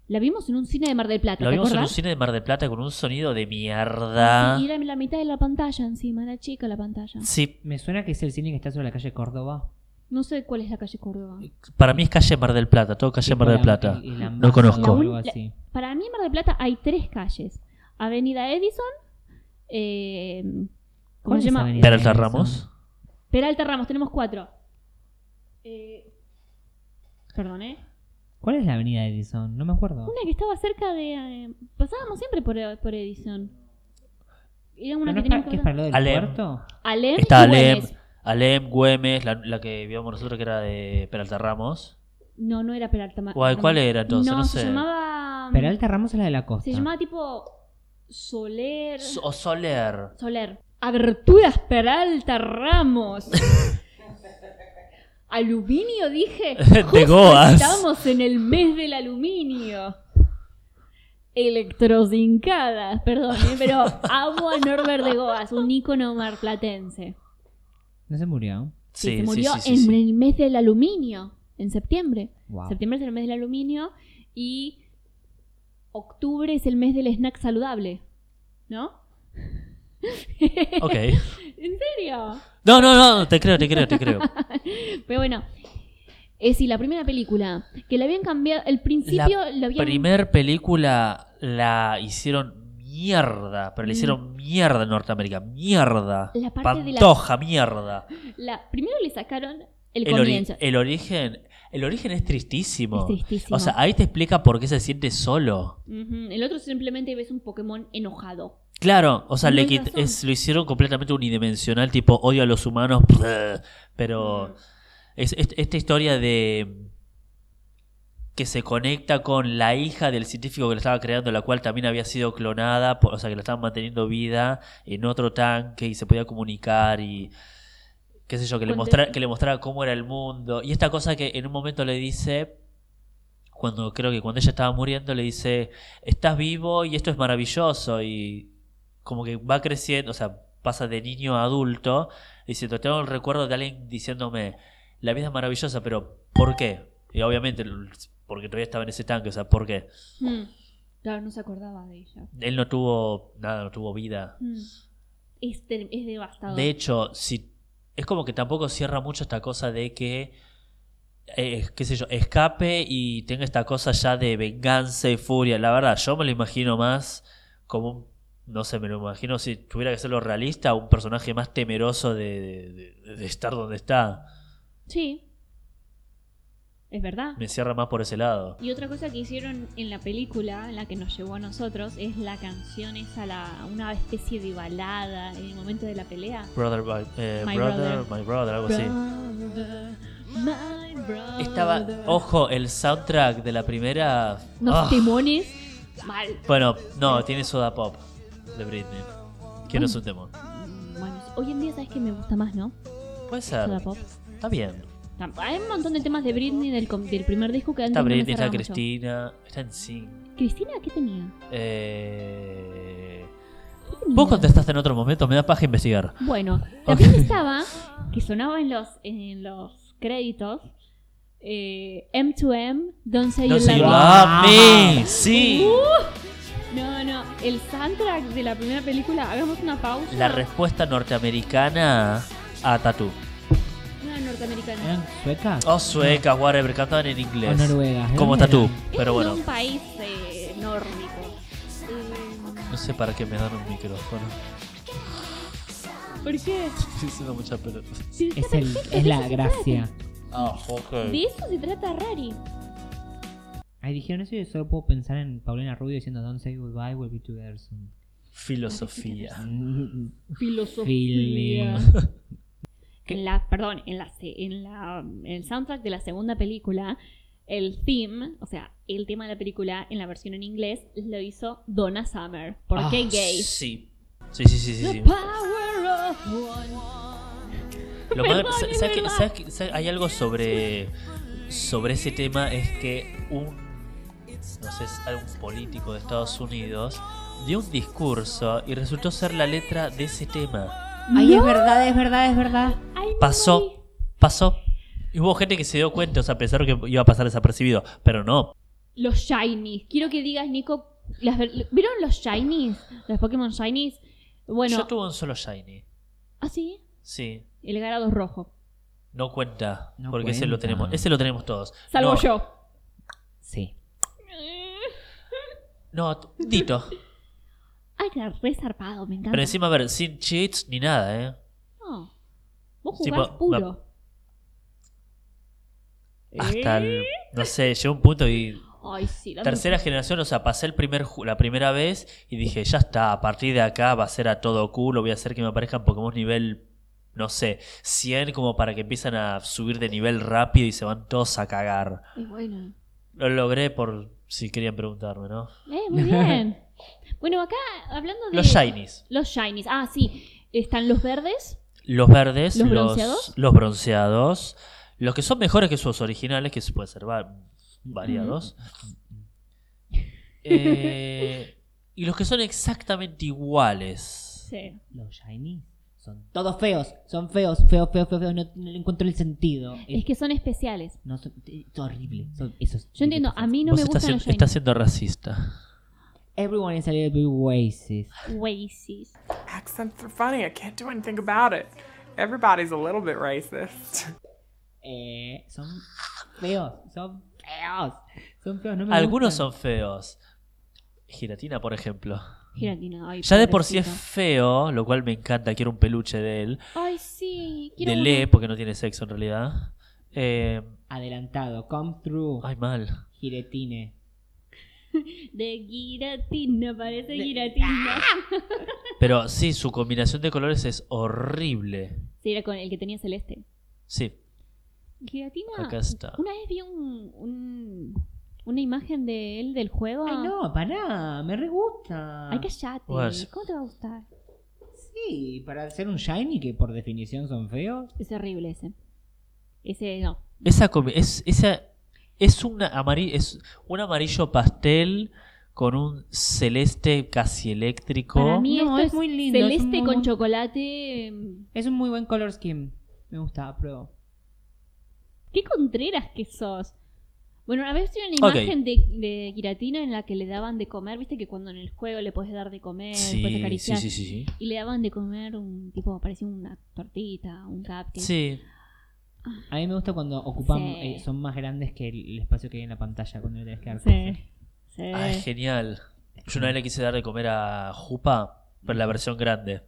[SPEAKER 2] La vimos en un cine de Mar del Plata.
[SPEAKER 4] Lo
[SPEAKER 2] ¿te
[SPEAKER 4] vimos en un
[SPEAKER 2] acordás?
[SPEAKER 4] cine de Mar del Plata con un sonido de mierda.
[SPEAKER 2] Sí, y era en la mitad de la pantalla encima, era chica la pantalla.
[SPEAKER 4] Sí,
[SPEAKER 1] Me suena que es el cine que está sobre la calle Córdoba.
[SPEAKER 2] No sé cuál es la calle Córdoba.
[SPEAKER 4] para mí es calle Mar del Plata, todo calle
[SPEAKER 1] Tipo
[SPEAKER 4] Mar del
[SPEAKER 1] la-
[SPEAKER 4] Plata.
[SPEAKER 1] el- el Ambassador
[SPEAKER 4] No conozco.
[SPEAKER 1] o
[SPEAKER 2] La
[SPEAKER 1] algo
[SPEAKER 2] un-
[SPEAKER 1] así.
[SPEAKER 2] Para mí en Mar del Plata hay tres calles. Avenida Edison, eh, ¿cómo
[SPEAKER 1] ¿Cuál
[SPEAKER 2] se
[SPEAKER 1] es
[SPEAKER 2] llama?
[SPEAKER 1] Avenida
[SPEAKER 4] Peralta
[SPEAKER 1] Edison?
[SPEAKER 4] Ramos.
[SPEAKER 2] Peralta Ramos, tenemos cuatro. Eh, perdón, ¿eh?
[SPEAKER 1] ¿Cuál es la avenida Edison? No me acuerdo.
[SPEAKER 2] Una que estaba cerca de... eh, pasábamos siempre por, por Edison. Era
[SPEAKER 1] ¿Pero
[SPEAKER 2] una
[SPEAKER 1] no
[SPEAKER 2] que
[SPEAKER 1] es para-
[SPEAKER 2] teníamos
[SPEAKER 1] que
[SPEAKER 2] que
[SPEAKER 1] es
[SPEAKER 2] Ah. pasar.
[SPEAKER 1] para lo del
[SPEAKER 4] Alem.
[SPEAKER 1] puerto?
[SPEAKER 2] Alem
[SPEAKER 4] Está
[SPEAKER 2] Em, y
[SPEAKER 4] Alem,
[SPEAKER 2] Güemes.
[SPEAKER 4] Alem, Güemes, la, la que vimos nosotros que era de Peralta Ramos.
[SPEAKER 2] No, no era Peralta Ma-
[SPEAKER 4] Guay, ¿cuál
[SPEAKER 2] Ramos.
[SPEAKER 4] era entonces?
[SPEAKER 2] No,
[SPEAKER 4] No
[SPEAKER 2] se
[SPEAKER 4] sé.
[SPEAKER 2] llamaba... mm,
[SPEAKER 1] Peralta Ramos es la de la costa.
[SPEAKER 2] Se llamaba tipo Soler.
[SPEAKER 4] S- O Soler.
[SPEAKER 2] Soler. Aberturas Peralta Ramos. aluminio, dije.
[SPEAKER 4] De
[SPEAKER 2] Justo
[SPEAKER 4] Goas.
[SPEAKER 2] Estamos en el mes del aluminio. Electrozincadas, perdón, ¿eh? pero amo a Norbert de Goas, un ícono marplatense.
[SPEAKER 1] ¿No se murió?
[SPEAKER 2] Sí,
[SPEAKER 4] Sí,
[SPEAKER 2] se
[SPEAKER 4] sí,
[SPEAKER 2] murió
[SPEAKER 4] sí, sí,
[SPEAKER 2] en
[SPEAKER 4] sí.
[SPEAKER 2] el mes del aluminio, en septiembre.
[SPEAKER 1] Wow.
[SPEAKER 2] Septiembre es el mes del aluminio y octubre es el mes del snack saludable, ¿no?
[SPEAKER 4] Ok.
[SPEAKER 2] ¿En serio?
[SPEAKER 4] No, no, no, te creo, te creo, te creo.
[SPEAKER 2] Pero bueno, es si la primera película que le habían cambiado, el principio
[SPEAKER 4] La
[SPEAKER 2] lo habían
[SPEAKER 4] Primer película la hicieron mierda, pero la hicieron mierda en Norteamérica. Mierda.
[SPEAKER 2] Mm. La parte de la-
[SPEAKER 4] Pantoja, mierda.
[SPEAKER 2] la primero le sacaron el,
[SPEAKER 4] El, ori-
[SPEAKER 2] comienzo.
[SPEAKER 4] el origen. El origen es tristísimo.
[SPEAKER 2] Es tristísimo.
[SPEAKER 4] O sea, ahí te explica por qué se siente solo.
[SPEAKER 2] Ujú, El otro simplemente ves un Pokémon enojado.
[SPEAKER 4] Claro, o sea, le
[SPEAKER 2] Tenés
[SPEAKER 4] quit-
[SPEAKER 2] razón.
[SPEAKER 4] es- lo hicieron completamente unidimensional, tipo odio a los humanos, pero es, es- esta historia de que se conecta con la hija del científico que la estaba creando, la cual también había sido clonada, por- o sea, que la estaban manteniendo vida en otro tanque y se podía comunicar y qué sé yo, que le,
[SPEAKER 2] Cuando-
[SPEAKER 4] mostrara, que le mostrara cómo era el mundo. Y esta cosa que en un momento le dice, cuando creo que cuando ella estaba muriendo le dice, estás vivo y esto es maravilloso y como que va creciendo, o sea, pasa de niño a adulto, diciendo, tengo el recuerdo de alguien diciéndome, la vida es maravillosa, pero ¿por qué? Y obviamente, porque todavía estaba en ese tanque, o sea, ¿por qué?
[SPEAKER 2] Mm. Claro, no se acordaba de ella.
[SPEAKER 4] Él no tuvo nada, no tuvo vida.
[SPEAKER 2] Mm. Es, ter- es devastador.
[SPEAKER 4] De hecho, si, es como que tampoco cierra mucho esta cosa de que, eh, qué sé yo, escape y tenga esta cosa ya de venganza y furia. La verdad, yo me lo imagino más como un, no sé, me lo imagino si tuviera que hacerlo realista, un personaje más temeroso de, de- de- de estar donde está.
[SPEAKER 2] Sí. Es verdad.
[SPEAKER 4] Me cierra más por ese lado.
[SPEAKER 2] Y otra cosa que hicieron en la película, en la que nos llevó a nosotros, es la canción esa, la, una especie de balada en el momento de la pelea.
[SPEAKER 4] Brother, by- eh,
[SPEAKER 2] My
[SPEAKER 4] brother,
[SPEAKER 2] brother.
[SPEAKER 4] my brother, algo así.
[SPEAKER 2] Brother, my brother.
[SPEAKER 4] Estaba, ojo, el soundtrack de la primera.
[SPEAKER 2] Unos
[SPEAKER 4] ah,
[SPEAKER 2] timones. Mal.
[SPEAKER 4] bueno, no, tiene Soda Pop de Britney. Que no
[SPEAKER 2] Ah.
[SPEAKER 4] es un temón.
[SPEAKER 2] Bueno, hoy en día sabes que me gusta más, ¿no?
[SPEAKER 4] Puede ser.
[SPEAKER 2] Soda Pop.
[SPEAKER 4] Está bien.
[SPEAKER 2] Tam- Hay un montón de temas de Britney del, com- del primer disco que antes
[SPEAKER 4] Está
[SPEAKER 2] no me
[SPEAKER 4] Britney, está
[SPEAKER 2] cerraban mucho.
[SPEAKER 4] Cristina, está en Sync.
[SPEAKER 2] ¿Cristina qué tenía?
[SPEAKER 4] Eh...
[SPEAKER 2] ¿Qué tenía?
[SPEAKER 4] Vos contestaste en otro momento, me da paja investigar.
[SPEAKER 2] Bueno,
[SPEAKER 4] Ok.
[SPEAKER 2] también estaba que sonaba en los, en los créditos eh, M2M, Don't Say
[SPEAKER 4] No
[SPEAKER 2] You
[SPEAKER 4] sé,
[SPEAKER 2] Love
[SPEAKER 4] you
[SPEAKER 2] Me.
[SPEAKER 4] love me. Sí.
[SPEAKER 2] No, no, el soundtrack de la primera película, hagamos una pausa.
[SPEAKER 4] La respuesta norteamericana a Tatu.
[SPEAKER 2] Una norteamericana.
[SPEAKER 1] ¿Eran suecas?
[SPEAKER 4] O suecas, whatever, cantaban en
[SPEAKER 1] ¿O
[SPEAKER 4] inglés.
[SPEAKER 1] noruegas? ¿De
[SPEAKER 4] Como
[SPEAKER 1] dónde
[SPEAKER 2] Eh.
[SPEAKER 4] Tatu,
[SPEAKER 1] eran?
[SPEAKER 4] pero
[SPEAKER 2] es de
[SPEAKER 4] bueno.
[SPEAKER 2] un país eh, nórdico. Eh,
[SPEAKER 4] No sé para qué me dan un micrófono.
[SPEAKER 2] ¿Por qué?
[SPEAKER 4] Sí, se da mucha pelota.
[SPEAKER 2] Si
[SPEAKER 1] Es,
[SPEAKER 2] está
[SPEAKER 1] el,
[SPEAKER 2] perfecto,
[SPEAKER 1] es
[SPEAKER 2] de
[SPEAKER 1] la
[SPEAKER 2] eso se
[SPEAKER 1] gracia.
[SPEAKER 4] Ah, ok.
[SPEAKER 2] trata. De eso se trata Rari.
[SPEAKER 1] Ahí dijeron eso y solo puedo pensar en Paulina Rubio diciendo Don't say goodbye, we'll be together soon.
[SPEAKER 4] Filosofía.
[SPEAKER 1] Mm,
[SPEAKER 2] Filosofía.
[SPEAKER 1] Feeling.
[SPEAKER 2] En la, perdón, en, la, se- en, la, en el soundtrack de la segunda película, el theme, o sea, el tema de la película en la versión en inglés, lo hizo Donna Summer. ¿Por qué
[SPEAKER 4] Ah,
[SPEAKER 2] gay?
[SPEAKER 4] Sí. Sí, sí, sí, sí.
[SPEAKER 2] The
[SPEAKER 4] sí.
[SPEAKER 2] power of one.
[SPEAKER 4] Lo más-
[SPEAKER 2] Perdón,
[SPEAKER 4] sa-
[SPEAKER 2] es
[SPEAKER 4] ¿sabes qué-
[SPEAKER 2] verdad.
[SPEAKER 4] sabes qué- sabes- hay algo sobre sobre ese tema es que un no sé, es algún político de Estados Unidos dio un discurso y resultó ser la letra de ese tema.
[SPEAKER 1] Ay, es
[SPEAKER 2] No,
[SPEAKER 1] verdad, es verdad, es verdad.
[SPEAKER 2] ay, me morí.
[SPEAKER 4] Pasó, pasó. Y hubo gente que se dio cuenta, o sea, pensaron que iba a pasar desapercibido, pero no.
[SPEAKER 2] Los Shinies. Quiero que digas, Nico. las ver- ¿Vieron los Shinies? Los Pokémon Shinies. Bueno,
[SPEAKER 4] Yo tuve un solo shiny.
[SPEAKER 2] ah, sí.
[SPEAKER 4] Sí,
[SPEAKER 2] El Garado es rojo.
[SPEAKER 4] no cuenta,
[SPEAKER 1] No
[SPEAKER 4] porque ese lo
[SPEAKER 1] cuenta.
[SPEAKER 4] tenemos, ese lo tenemos todos.
[SPEAKER 2] Salvo
[SPEAKER 4] No,
[SPEAKER 2] yo.
[SPEAKER 1] Sí.
[SPEAKER 4] No, Dito.
[SPEAKER 2] Ay, era re zarpado, me encanta.
[SPEAKER 4] Pero encima, a ver, sin cheats ni nada, ¿eh?
[SPEAKER 2] No. Vos
[SPEAKER 4] Sí,
[SPEAKER 2] jugás
[SPEAKER 4] po-
[SPEAKER 2] puro.
[SPEAKER 4] Hasta
[SPEAKER 2] ¿Eh?
[SPEAKER 4] el, no sé, llegó un punto y
[SPEAKER 2] Ay, sí, la
[SPEAKER 4] tercera generación, o sea, pasé el primer ju- la primera vez y dije, ya está, a partir de acá va a ser a todo culo, voy a hacer que me aparezcan Pokémon nivel, no sé, 100 como para que empiezan a subir de nivel rápido y se van todos a cagar.
[SPEAKER 2] Y bueno.
[SPEAKER 4] Lo logré por si querían preguntarme, ¿no?
[SPEAKER 2] Eh, muy bien. bueno, acá hablando de.
[SPEAKER 4] Los shinies,
[SPEAKER 2] Los shinies. Ah, sí. Están los verdes.
[SPEAKER 4] los verdes,
[SPEAKER 2] ¿Los
[SPEAKER 4] los
[SPEAKER 2] bronceados?
[SPEAKER 4] los bronceados, los que son mejores que sus originales, que se pueden ser va- variados. Eh, y los que son exactamente iguales.
[SPEAKER 2] Sí.
[SPEAKER 1] Los shiny son todos feos. Son feos, feos, feos, feos, feos. No, no le encuentro el sentido.
[SPEAKER 2] Es que son especiales.
[SPEAKER 1] No, son- es horrible. Son esos
[SPEAKER 2] Yo entiendo, a mí no
[SPEAKER 4] Vos
[SPEAKER 2] me
[SPEAKER 4] estás
[SPEAKER 2] gustan los
[SPEAKER 4] sien- estás
[SPEAKER 2] shinies.
[SPEAKER 4] siendo racista.
[SPEAKER 1] Everyone is a little bit racist.
[SPEAKER 2] Oasis.
[SPEAKER 5] Accents are funny. I can't do anything about it. Everybody's a little bit racist.
[SPEAKER 1] Eh, son feos. Son feos. Son feos. No me
[SPEAKER 4] Algunos
[SPEAKER 1] gustan.
[SPEAKER 4] son feos. Giratina, por ejemplo.
[SPEAKER 2] Giratina. Ay,
[SPEAKER 4] Ya de por sí es
[SPEAKER 2] pobrecito.
[SPEAKER 4] feo, lo cual me encanta. Quiero un peluche de él.
[SPEAKER 2] Ay, sí. Quiero
[SPEAKER 4] De
[SPEAKER 2] uno.
[SPEAKER 4] Le, porque no tiene sexo en realidad. Eh,
[SPEAKER 1] Adelantado. Come through.
[SPEAKER 4] ay, mal.
[SPEAKER 1] Giretine.
[SPEAKER 2] De giratina, parece giratina.
[SPEAKER 1] ¡Ah!
[SPEAKER 4] Pero sí, su combinación de colores es horrible.
[SPEAKER 2] Sí, era con el que tenía celeste.
[SPEAKER 4] Sí,
[SPEAKER 2] Giratina.
[SPEAKER 4] acá está.
[SPEAKER 2] Una vez vi un, un- una imagen de él del juego.
[SPEAKER 1] Ay, no, pará. Me re gusta.
[SPEAKER 2] Ay, callate.
[SPEAKER 4] Bueno.
[SPEAKER 2] ¿Cómo te va a gustar?
[SPEAKER 1] Sí, para ser un shiny que por definición son feos.
[SPEAKER 2] Es horrible ese. Ese no.
[SPEAKER 4] Esa, combi- es, esa Es, una amari- es un amarillo pastel con un celeste casi eléctrico.
[SPEAKER 2] Para mí
[SPEAKER 1] No,
[SPEAKER 2] esto
[SPEAKER 1] es
[SPEAKER 2] es,
[SPEAKER 1] muy lindo, es un
[SPEAKER 2] celeste
[SPEAKER 1] muy
[SPEAKER 2] con
[SPEAKER 1] buen-
[SPEAKER 2] chocolate. em,
[SPEAKER 1] Es un muy buen color scheme. Me gusta, apruebo.
[SPEAKER 2] ¿Qué contreras que sos? Bueno, a veces tiene una
[SPEAKER 4] Ok.
[SPEAKER 2] imagen de, de Giratina en la que le daban de comer, viste que cuando en el juego le podés dar de
[SPEAKER 1] eh,
[SPEAKER 2] comer, puedes
[SPEAKER 4] sí, sí,
[SPEAKER 2] acariciar.
[SPEAKER 4] sí, sí, sí.
[SPEAKER 2] Y le daban de comer un tipo, parecía una tortita, un cupcake.
[SPEAKER 4] Sí,
[SPEAKER 1] A mí me gusta cuando ocupan,
[SPEAKER 2] Sí.
[SPEAKER 1] eh, son más grandes que el, el espacio que hay en la pantalla cuando le tenés que dar cosas.
[SPEAKER 2] Sí. Sí.
[SPEAKER 4] Ah,
[SPEAKER 1] Eh.
[SPEAKER 4] es genial. Yo una vez le quise dar de comer a Jupa, pero la versión grande.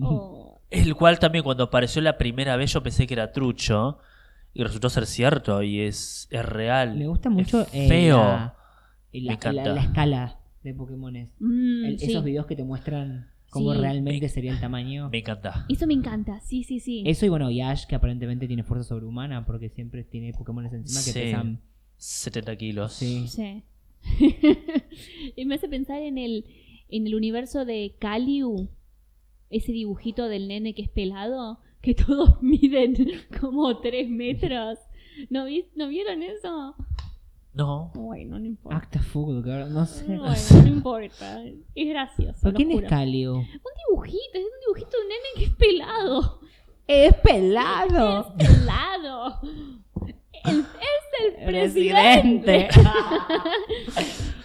[SPEAKER 2] Oh,
[SPEAKER 4] El cual también cuando apareció la primera vez yo pensé que era trucho y resultó ser cierto y es, es real.
[SPEAKER 1] Me gusta mucho
[SPEAKER 4] Es
[SPEAKER 1] eh,
[SPEAKER 4] feo.
[SPEAKER 1] la, la-
[SPEAKER 4] Me encanta.
[SPEAKER 1] la- la escala de Pokémones.
[SPEAKER 2] mm,
[SPEAKER 1] El-
[SPEAKER 2] sí.
[SPEAKER 1] Esos videos que te muestran cómo
[SPEAKER 2] Sí.
[SPEAKER 1] realmente sería el tamaño.
[SPEAKER 4] Me encanta.
[SPEAKER 2] Eso me encanta, sí, sí, sí.
[SPEAKER 1] Eso y bueno, y Ash, que aparentemente tiene fuerza sobrehumana porque siempre tiene Pokémones encima que
[SPEAKER 4] Sí.
[SPEAKER 1] pesan.
[SPEAKER 4] 70 kilos.
[SPEAKER 1] Sí.
[SPEAKER 2] Sí. y me hace pensar en el, en el universo de Caliu, ese dibujito del nene que es pelado, que todos miden como 3 metros. ¿No, vi- ¿No vieron eso?
[SPEAKER 4] No.
[SPEAKER 2] Bueno, no importa.
[SPEAKER 1] Acta Food, girl. No sé.
[SPEAKER 2] Bueno, no importa. Es gracioso.
[SPEAKER 1] ¿Pero
[SPEAKER 2] lo
[SPEAKER 1] quién es
[SPEAKER 2] juro.
[SPEAKER 1] Calio?
[SPEAKER 2] Un dibujito, es un dibujito de un nene que es pelado.
[SPEAKER 1] ¡Es pelado!
[SPEAKER 2] Es pelado. El- es el presidente.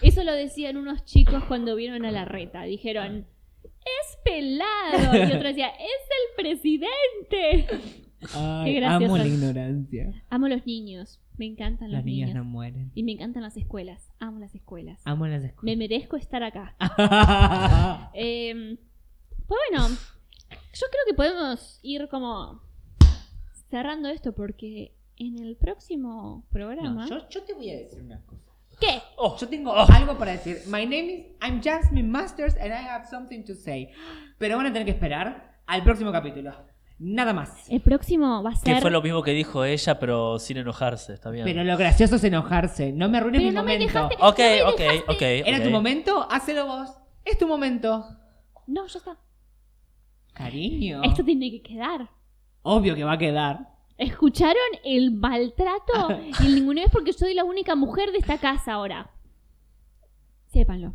[SPEAKER 2] Eso lo decían unos chicos cuando vieron a la reta. Dijeron, es pelado. Y otro decía, es el presidente.
[SPEAKER 1] Ay,
[SPEAKER 2] Qué gracioso.
[SPEAKER 1] amo la ignorancia.
[SPEAKER 2] Amo los niños. Me encantan los
[SPEAKER 1] Las niñas
[SPEAKER 2] niños.
[SPEAKER 1] no mueren.
[SPEAKER 2] Y me encantan las escuelas. Amo las escuelas.
[SPEAKER 1] Amo las
[SPEAKER 2] Me
[SPEAKER 1] escuelas.
[SPEAKER 2] merezco estar acá. Eh, pues bueno, yo creo que podemos ir como cerrando esto porque en el próximo programa...
[SPEAKER 1] yo, yo te voy a decir una cosa.
[SPEAKER 2] ¿Qué?
[SPEAKER 4] Oh,
[SPEAKER 1] Yo tengo algo para decir. My name is I'm Jasmine Masters and I have something to say. Pero van a tener que esperar al próximo capítulo. Nada más.
[SPEAKER 2] El próximo va a ser...
[SPEAKER 4] Que fue lo mismo que dijo ella, pero sin enojarse, está bien.
[SPEAKER 1] Pero lo gracioso es enojarse. No me arruines
[SPEAKER 2] Pero
[SPEAKER 1] mi
[SPEAKER 2] no me
[SPEAKER 1] momento.
[SPEAKER 2] dejaste...
[SPEAKER 4] Ok,
[SPEAKER 2] no me
[SPEAKER 4] ok,
[SPEAKER 2] dejaste-
[SPEAKER 4] ok.
[SPEAKER 1] Era
[SPEAKER 4] Eh, ok.
[SPEAKER 1] tu momento, hacelo vos. Es tu momento.
[SPEAKER 2] No, ya está.
[SPEAKER 1] Cariño.
[SPEAKER 2] Esto tiene que quedar.
[SPEAKER 1] Obvio que va a quedar.
[SPEAKER 2] ¿Escucharon el maltrato y el ninguneo? Es porque soy la única mujer de esta casa ahora. Sépanlo.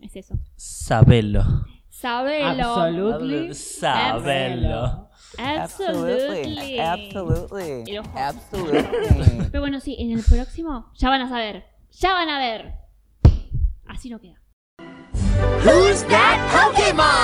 [SPEAKER 2] Es eso.
[SPEAKER 4] Sabelo.
[SPEAKER 2] Sabelo.
[SPEAKER 1] Absolutely.
[SPEAKER 4] Sabelo.
[SPEAKER 2] Absolutely.
[SPEAKER 6] Absolutely.
[SPEAKER 2] El ojo.
[SPEAKER 6] Absolutely.
[SPEAKER 2] Pero bueno, sí, en el próximo ya van a saber. Ya van a ver. Así no queda.
[SPEAKER 3] Who's that Pokemon?